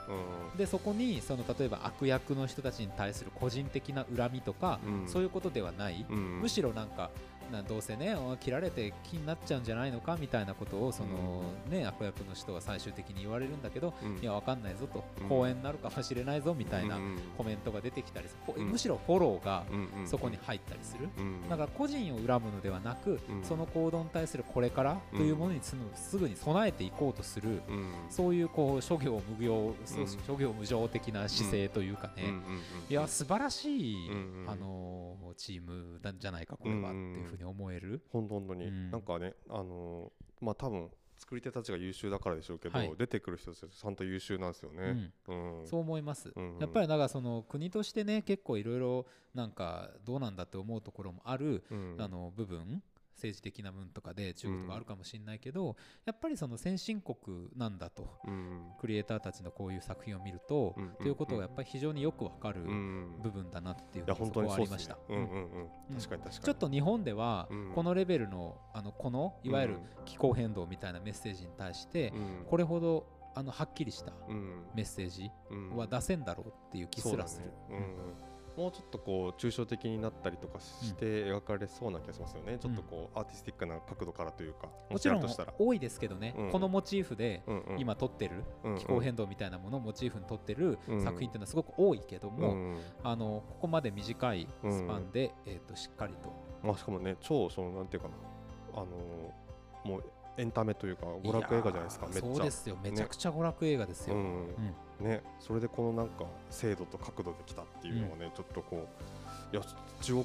[SPEAKER 1] でそこにその例えば悪役の人たちに対する個人的な恨みとか、
[SPEAKER 2] うん
[SPEAKER 1] そういうことではない、
[SPEAKER 2] うん。
[SPEAKER 1] むしろなんかなどうせねお切られて気になっちゃうんじゃないのかみたいなことをその、ね、悪役の人が最終的に言われるんだけど、
[SPEAKER 2] うん、
[SPEAKER 1] いやわかんないぞと、
[SPEAKER 2] うん
[SPEAKER 1] 公演になるかもしれないぞみたいな
[SPEAKER 2] うんうん
[SPEAKER 1] コメントが出てきたりする、
[SPEAKER 2] うん
[SPEAKER 1] むしろフォローが
[SPEAKER 2] うんうん
[SPEAKER 1] そこに入ったりする、
[SPEAKER 2] うん。
[SPEAKER 1] だから個人を恨むのではなく、
[SPEAKER 2] うん
[SPEAKER 1] その行動に対するこれからというものにすぐすぐに備えていこうとする、
[SPEAKER 2] うん、
[SPEAKER 1] そういうこう諸行無用、そう
[SPEAKER 2] うん
[SPEAKER 1] 諸行無常的な姿勢というかね、
[SPEAKER 2] うんうんうん
[SPEAKER 1] いや素晴らしい、
[SPEAKER 2] うんうん
[SPEAKER 1] あのーチームなんじゃないかこれはっ
[SPEAKER 2] う
[SPEAKER 1] て
[SPEAKER 2] ん
[SPEAKER 1] いうふうに思える、
[SPEAKER 2] ほんとほんとに、
[SPEAKER 1] うん
[SPEAKER 2] なんかねあのーまあ多分作り手たちが優秀だからでしょうけど、
[SPEAKER 1] はい
[SPEAKER 2] 出てくる人たちちゃんと優秀なんですよ
[SPEAKER 1] う
[SPEAKER 2] ね。
[SPEAKER 1] ん
[SPEAKER 2] うん
[SPEAKER 1] そう思います。
[SPEAKER 2] うん
[SPEAKER 1] やっぱりだからその国としてね結構いろいろなんかどうなんだって思うところもある、
[SPEAKER 2] うん
[SPEAKER 1] あの部分政治的な分とかで中国とかあるかもしれないけど、やっぱりその先進国なんだと
[SPEAKER 2] うん
[SPEAKER 1] クリエイターたちのこういう作品を見ると、
[SPEAKER 2] うんうんうん
[SPEAKER 1] ということがやっぱり非常によくわかる
[SPEAKER 2] うん
[SPEAKER 1] 部分だなっていう
[SPEAKER 2] い
[SPEAKER 1] の
[SPEAKER 2] や
[SPEAKER 1] がそ
[SPEAKER 2] 本
[SPEAKER 1] こ
[SPEAKER 2] 当に
[SPEAKER 1] はあ
[SPEAKER 2] そう
[SPEAKER 1] り
[SPEAKER 2] っすね
[SPEAKER 1] ました。
[SPEAKER 2] うん
[SPEAKER 1] うん
[SPEAKER 2] うんうん
[SPEAKER 1] うん
[SPEAKER 2] 確かに確かに
[SPEAKER 1] ちょっと日本では
[SPEAKER 2] うん
[SPEAKER 1] このレベルのあのこのいわゆる気候変動みたいなメッセージに対して
[SPEAKER 2] うん
[SPEAKER 1] これほどあのはっきりした
[SPEAKER 2] うん
[SPEAKER 1] メッセージ
[SPEAKER 2] うん
[SPEAKER 1] は出せんだろうっていう気すらする。
[SPEAKER 2] そうだねうんもうちょっとこう抽象的になったりとかして描かれそうな気がしますよね、ちょっとこうアーティスティックな角度からというか
[SPEAKER 1] もちろ
[SPEAKER 2] やる
[SPEAKER 1] ん
[SPEAKER 2] としたら、
[SPEAKER 1] 多いですけどね、
[SPEAKER 2] うん
[SPEAKER 1] このモチーフで
[SPEAKER 2] うんうん
[SPEAKER 1] 今撮ってる気候変動みたいなものをモチーフに撮ってる
[SPEAKER 2] うん
[SPEAKER 1] 作品っていうのはすごく多いけども、
[SPEAKER 2] うん
[SPEAKER 1] あのここまで短いスパンで、えー、としっかりと
[SPEAKER 2] まあ、しかもね超そのなんていうかなあのーもうエンタメというか娯楽映画じゃないですか
[SPEAKER 1] やー
[SPEAKER 2] めっちゃ
[SPEAKER 1] そうですよめちゃくちゃ娯楽映画ですよ、
[SPEAKER 2] うん
[SPEAKER 1] うん
[SPEAKER 2] ね、それでこのなんか精度と角度できたっていうのはね、ちょっとこういや中国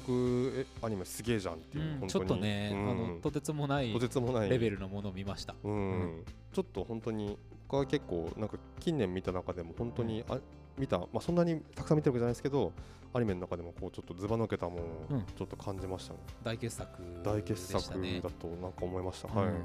[SPEAKER 2] えアニメすげえじゃんっていう、
[SPEAKER 1] うん
[SPEAKER 2] 本
[SPEAKER 1] ち
[SPEAKER 2] 当
[SPEAKER 1] ょっ
[SPEAKER 2] に
[SPEAKER 1] とね、
[SPEAKER 2] うん
[SPEAKER 1] あのとてつもない
[SPEAKER 2] とてつもない
[SPEAKER 1] レベルのものを見ました。
[SPEAKER 2] うん
[SPEAKER 1] う
[SPEAKER 2] ちょっと本当に僕は結構なんか近年見た中でも本当にあ見た、まあ、そんなにたくさん見てるわけじゃないですけどアニメの中でもこうちょっとずば抜けたもの
[SPEAKER 1] う
[SPEAKER 2] を
[SPEAKER 1] ん
[SPEAKER 2] ちょっと感じましたね、
[SPEAKER 1] 大傑作
[SPEAKER 2] 大
[SPEAKER 1] で
[SPEAKER 2] 傑
[SPEAKER 1] し
[SPEAKER 2] 作
[SPEAKER 1] たね
[SPEAKER 2] だ。となんか思いました、
[SPEAKER 1] う
[SPEAKER 2] はい、
[SPEAKER 1] ん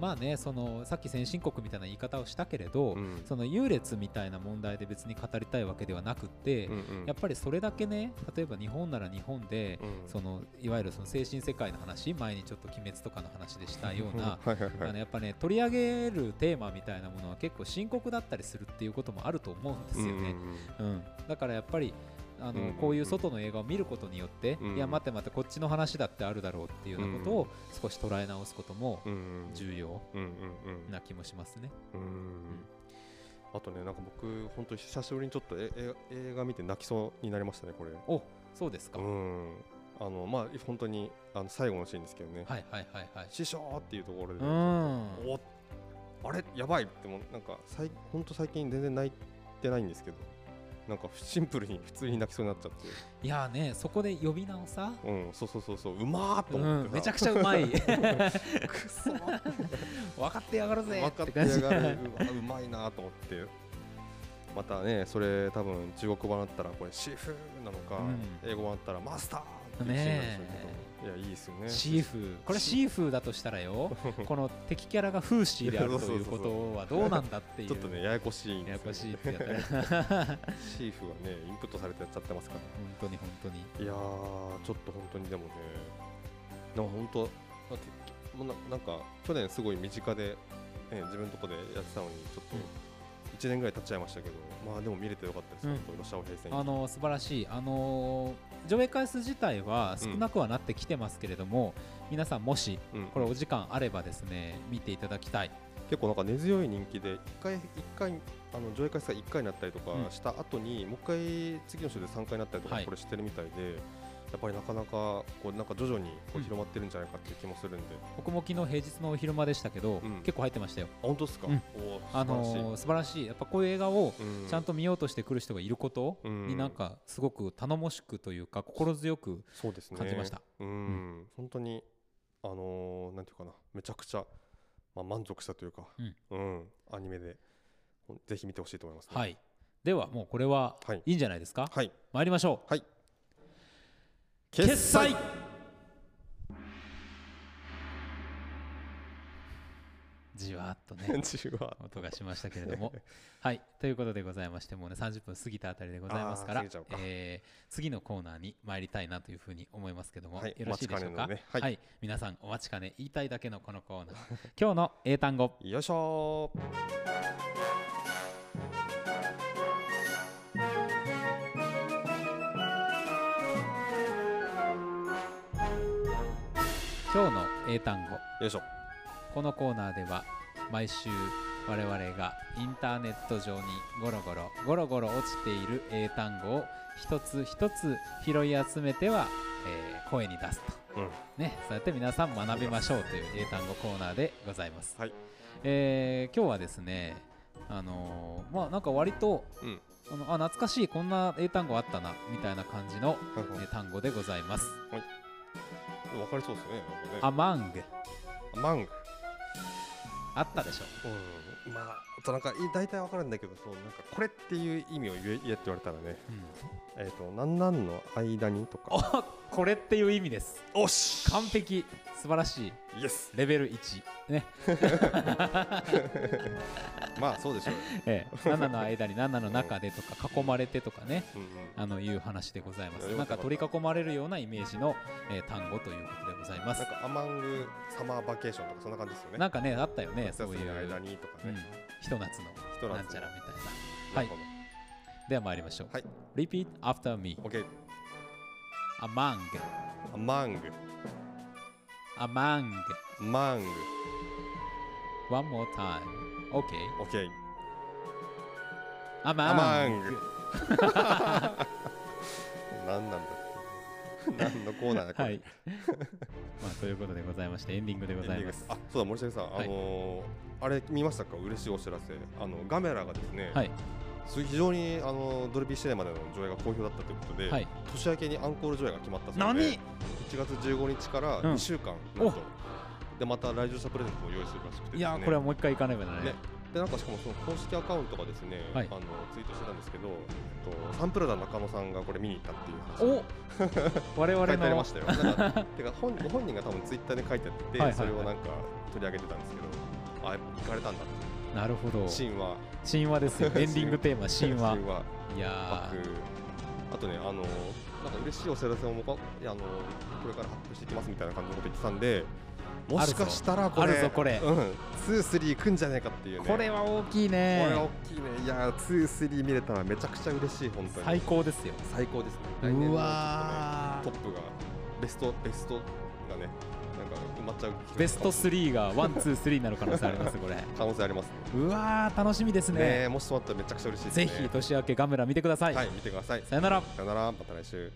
[SPEAKER 1] まあねそのさっき先進国みたいな言い方をしたけれど、
[SPEAKER 2] うん
[SPEAKER 1] その優劣みたいな問題で別に語りたいわけではなくって、
[SPEAKER 2] うんうん
[SPEAKER 1] やっぱりそれだけね例えば日本なら日本で、
[SPEAKER 2] うん
[SPEAKER 1] そのいわゆるその精神世界の話前にちょっと「鬼滅」とかの話でしたような
[SPEAKER 2] はいはいはい
[SPEAKER 1] あのやっぱね取り上げるテーマみたいなものは結構深刻だったりするっていうこともあると思うんですよね。うんだからやっぱりあの、
[SPEAKER 2] うんうんうん
[SPEAKER 1] こういう外の映画を見ることによって、
[SPEAKER 2] うん
[SPEAKER 1] いや待って待ってこっちの話だってあるだろうっていうようなことを少し捉え直すことも
[SPEAKER 2] うんうんうん
[SPEAKER 1] 重要
[SPEAKER 2] うんうんうん
[SPEAKER 1] な気もしますね。
[SPEAKER 2] うんあとねなんか僕本当に久しぶりにちょっとええ映画見て泣きそうになりましたねこれ
[SPEAKER 1] おそうですか、
[SPEAKER 2] う
[SPEAKER 1] はい
[SPEAKER 2] んあのまあ本当にあの最後のシーンですけどね、
[SPEAKER 1] はいはいはい。
[SPEAKER 2] 師匠っていうところで、
[SPEAKER 1] うん
[SPEAKER 2] おあれやばいってもうなんかさい本当最近全然泣いてないんですけどなんかシンプルに普通に泣きそうになっちゃっ
[SPEAKER 1] いやーねそこで呼び直さ、
[SPEAKER 2] てうんそうそうそうそううまーっと
[SPEAKER 1] う
[SPEAKER 2] 思ってさ、
[SPEAKER 1] ん、めちゃくちゃう まいくそ分かってやがるぜ
[SPEAKER 2] 分
[SPEAKER 1] っ
[SPEAKER 2] かってて
[SPEAKER 1] 感
[SPEAKER 2] や
[SPEAKER 1] じ
[SPEAKER 2] がるうわうまいなと思ってまたねそれ多分中国版だったらこれシーフーなのか、
[SPEAKER 1] う
[SPEAKER 2] 英語版だったらマスターっていうシーンなんですよねいやいいですよね
[SPEAKER 1] シーフーこれはシーフーだとしたら よこの敵キャラがフーシーであるということはどうなんだっていう
[SPEAKER 2] ちょっとねややこしいん
[SPEAKER 1] や
[SPEAKER 2] で
[SPEAKER 1] や
[SPEAKER 2] すよ
[SPEAKER 1] こしい
[SPEAKER 2] ね
[SPEAKER 1] ってやったら本
[SPEAKER 2] シーフはねインプットされてやっちゃってますから
[SPEAKER 1] 当に本当に
[SPEAKER 2] いやーちょっと本当にでもねなんか本当だってきもうななんか去年すごい身近で、ね、自分のとこでやってたのにちょっ
[SPEAKER 1] うん
[SPEAKER 2] と1年ぐらい経っちゃいましたけど、まあでも見れてよかったです
[SPEAKER 1] うん
[SPEAKER 2] ね、本当ロシアを平成に
[SPEAKER 1] あの素晴らしい、あのー上映回数自体は少なくはなってきてますけれども、皆さんもし
[SPEAKER 2] うん
[SPEAKER 1] これお時間あればですね見ていただきたい、
[SPEAKER 2] 結構なんか根強い人気で1回一回あの上映回数が1回になったりとか
[SPEAKER 1] うん
[SPEAKER 2] した後に、もう1回次の週で3回になったりとか
[SPEAKER 1] はい
[SPEAKER 2] これしてるみたいで、やっぱりなかなかこうなんか徐々にこ
[SPEAKER 1] う
[SPEAKER 2] うん広まってるんじゃないかっていう気もするんで、あ
[SPEAKER 1] 僕も昨日平日のお昼間でしたけど、
[SPEAKER 2] うん
[SPEAKER 1] 結構入ってましたよ、
[SPEAKER 2] 本当ですか、
[SPEAKER 1] うん
[SPEAKER 2] おー
[SPEAKER 1] あ
[SPEAKER 2] 素晴らしい
[SPEAKER 1] のー素晴らしい、やっぱこういう映画を
[SPEAKER 2] う
[SPEAKER 1] ちゃんと見ようとしてくる人がいること
[SPEAKER 2] うん
[SPEAKER 1] に、なんかすごく頼もしくというか、心強く、
[SPEAKER 2] そうですね
[SPEAKER 1] 感じました
[SPEAKER 2] うん、本当にあのーなんていうかなめちゃくちゃ、まあ、満足したというか、
[SPEAKER 1] うん
[SPEAKER 2] うんアニメでほんぜひ見てほしいと思います、ね、
[SPEAKER 1] はい、ではもうこれは
[SPEAKER 2] はい
[SPEAKER 1] いいんじゃないですか、
[SPEAKER 2] はい
[SPEAKER 1] 参りましょう。
[SPEAKER 2] はい
[SPEAKER 1] 決済じわーっとね
[SPEAKER 2] 決済 違うわ
[SPEAKER 1] 音がしましたけれど もはいということでございましてもうね30分過ぎたあたりでございますか
[SPEAKER 2] あ
[SPEAKER 1] ら
[SPEAKER 2] ー過ぎちゃうか
[SPEAKER 1] えー次のコーナーに参りたいなというふうに思いますけども、
[SPEAKER 2] はい
[SPEAKER 1] よろしいでしょうか
[SPEAKER 2] お待ちかねのねはい
[SPEAKER 1] 皆さんお待ちかね言いたいだけのこのコーナー今日の英単語
[SPEAKER 2] よいしょー
[SPEAKER 1] 今日の英単語
[SPEAKER 2] よいしょ
[SPEAKER 1] このコーナーでは毎週我々がインターネット上にゴロゴロゴロゴロ落ちている英単語を一つ一つ拾い集めては、えー声に出すと、
[SPEAKER 2] うん
[SPEAKER 1] ね、そうやって皆さん学びましょうという英単語コーナーでございます、
[SPEAKER 2] はい
[SPEAKER 1] えー今日はですねあのーまあなんか割と
[SPEAKER 2] うん
[SPEAKER 1] あのあ懐かしいこんな英単語あったなみたいな感じの、
[SPEAKER 2] なん
[SPEAKER 1] え
[SPEAKER 2] か
[SPEAKER 1] ー単語でございます
[SPEAKER 2] 分かりそうですねなんかね
[SPEAKER 1] アマング
[SPEAKER 2] マング
[SPEAKER 1] あったでしょ
[SPEAKER 2] うんまああとなんかい大体わかるんだけどそうなんかこれっていう意味を言え言えって言われたらね
[SPEAKER 1] うん
[SPEAKER 2] えっ、となんなんの間にとか
[SPEAKER 1] あこれっていう意味です
[SPEAKER 2] おし
[SPEAKER 1] 完璧素晴らしい
[SPEAKER 2] イエス
[SPEAKER 1] レベル1ね
[SPEAKER 2] まあそうでしょうよ、
[SPEAKER 1] ええ7の間に7の中でとか囲まれてとかね
[SPEAKER 2] うんうん
[SPEAKER 1] あのいう話でございます
[SPEAKER 2] いや
[SPEAKER 1] な
[SPEAKER 2] よか
[SPEAKER 1] ん
[SPEAKER 2] った
[SPEAKER 1] か取り囲まれるようなイメージの、えー単語ということでございます
[SPEAKER 2] なんかアマングサマーバケーションとかそんな感じですよね。
[SPEAKER 1] なんかねあったよね
[SPEAKER 2] 夏
[SPEAKER 1] そ
[SPEAKER 2] 休
[SPEAKER 1] う
[SPEAKER 2] み
[SPEAKER 1] いう、
[SPEAKER 2] の間
[SPEAKER 1] う
[SPEAKER 2] にとか
[SPEAKER 1] ん
[SPEAKER 2] ね。、
[SPEAKER 1] ひと夏
[SPEAKER 2] ひ
[SPEAKER 1] の
[SPEAKER 2] と夏の
[SPEAKER 1] なんちゃらみたいな
[SPEAKER 2] なるほ
[SPEAKER 1] では参りましょう、
[SPEAKER 2] はい
[SPEAKER 1] Repeat after me
[SPEAKER 2] ど。オッケー。
[SPEAKER 1] among
[SPEAKER 2] アマング、
[SPEAKER 1] among
[SPEAKER 2] マング、
[SPEAKER 1] one more time OK
[SPEAKER 2] オッケー。アマ
[SPEAKER 1] among
[SPEAKER 2] ング。 何なんだって。何のコーナーだこ れ。
[SPEAKER 1] はいまあということでございましてエンディングでございます
[SPEAKER 2] あ、そうだ森下さん、あ
[SPEAKER 1] はい
[SPEAKER 2] のーあれ見ましたか？嬉しいお知らせ。あのガメラがですね、
[SPEAKER 1] はい
[SPEAKER 2] それ非常にあのドルビーシネマでの上映が好評だったということで、
[SPEAKER 1] はい
[SPEAKER 2] 年明けにアンコール上映が決まったそうで
[SPEAKER 1] 何
[SPEAKER 2] 1月15日から
[SPEAKER 1] うん
[SPEAKER 2] 2週間
[SPEAKER 1] お
[SPEAKER 2] なんとでまた来場者プレゼントを用意するらしくてです、ね、
[SPEAKER 1] いやーこれはもう一回行かないばならない
[SPEAKER 2] ねでなんかしかもその公式アカウントがですね、
[SPEAKER 1] はい
[SPEAKER 2] あのツイートしてたんですけど、えっと、サンプラザ中野さんがこれ見に行ったっていう話
[SPEAKER 1] お我々
[SPEAKER 2] 書いてあり
[SPEAKER 1] の
[SPEAKER 2] ましたよ。 なんかてか本ご本人が多分ツイッターで書いてあって、
[SPEAKER 1] はいはいはい
[SPEAKER 2] それをなんか取り上げてたんですけど、あやっぱ行かれたんだっていう
[SPEAKER 1] なるほど
[SPEAKER 2] 神話
[SPEAKER 1] 神話です よエンディングテーマ神話
[SPEAKER 2] 神話
[SPEAKER 1] いや
[SPEAKER 2] バックあとねあのなんか嬉しいお知らせをもかいやあのこれから発表していきますみたいな感じのこと言ってたんで、もしかしたらこれ
[SPEAKER 1] あるぞこれ
[SPEAKER 2] うんツースリーくんじゃねえかっていう
[SPEAKER 1] ー
[SPEAKER 2] ね。
[SPEAKER 1] これは大きい
[SPEAKER 2] こ
[SPEAKER 1] ね
[SPEAKER 2] れは大きいね。いやー、ツースリー見れたらめちゃくちゃ嬉しい、本当に。
[SPEAKER 1] 最高ですよ
[SPEAKER 2] 最高ですね。来年のちょっとね
[SPEAKER 1] うわ
[SPEAKER 2] ト
[SPEAKER 1] ー
[SPEAKER 2] ップがベストベストがねなんか埋まっちゃう
[SPEAKER 1] ベスト3がワンツースリーになる可能性ありますこれ
[SPEAKER 2] 可能性ありますね
[SPEAKER 1] うわー楽しみです
[SPEAKER 2] ね
[SPEAKER 1] ね
[SPEAKER 2] えもしそうなったらめちゃくちゃ嬉しいです
[SPEAKER 1] ぜ
[SPEAKER 2] ね
[SPEAKER 1] ひ年明けガメラ見てください
[SPEAKER 2] はい見てください
[SPEAKER 1] さよなら
[SPEAKER 2] さよならまた来週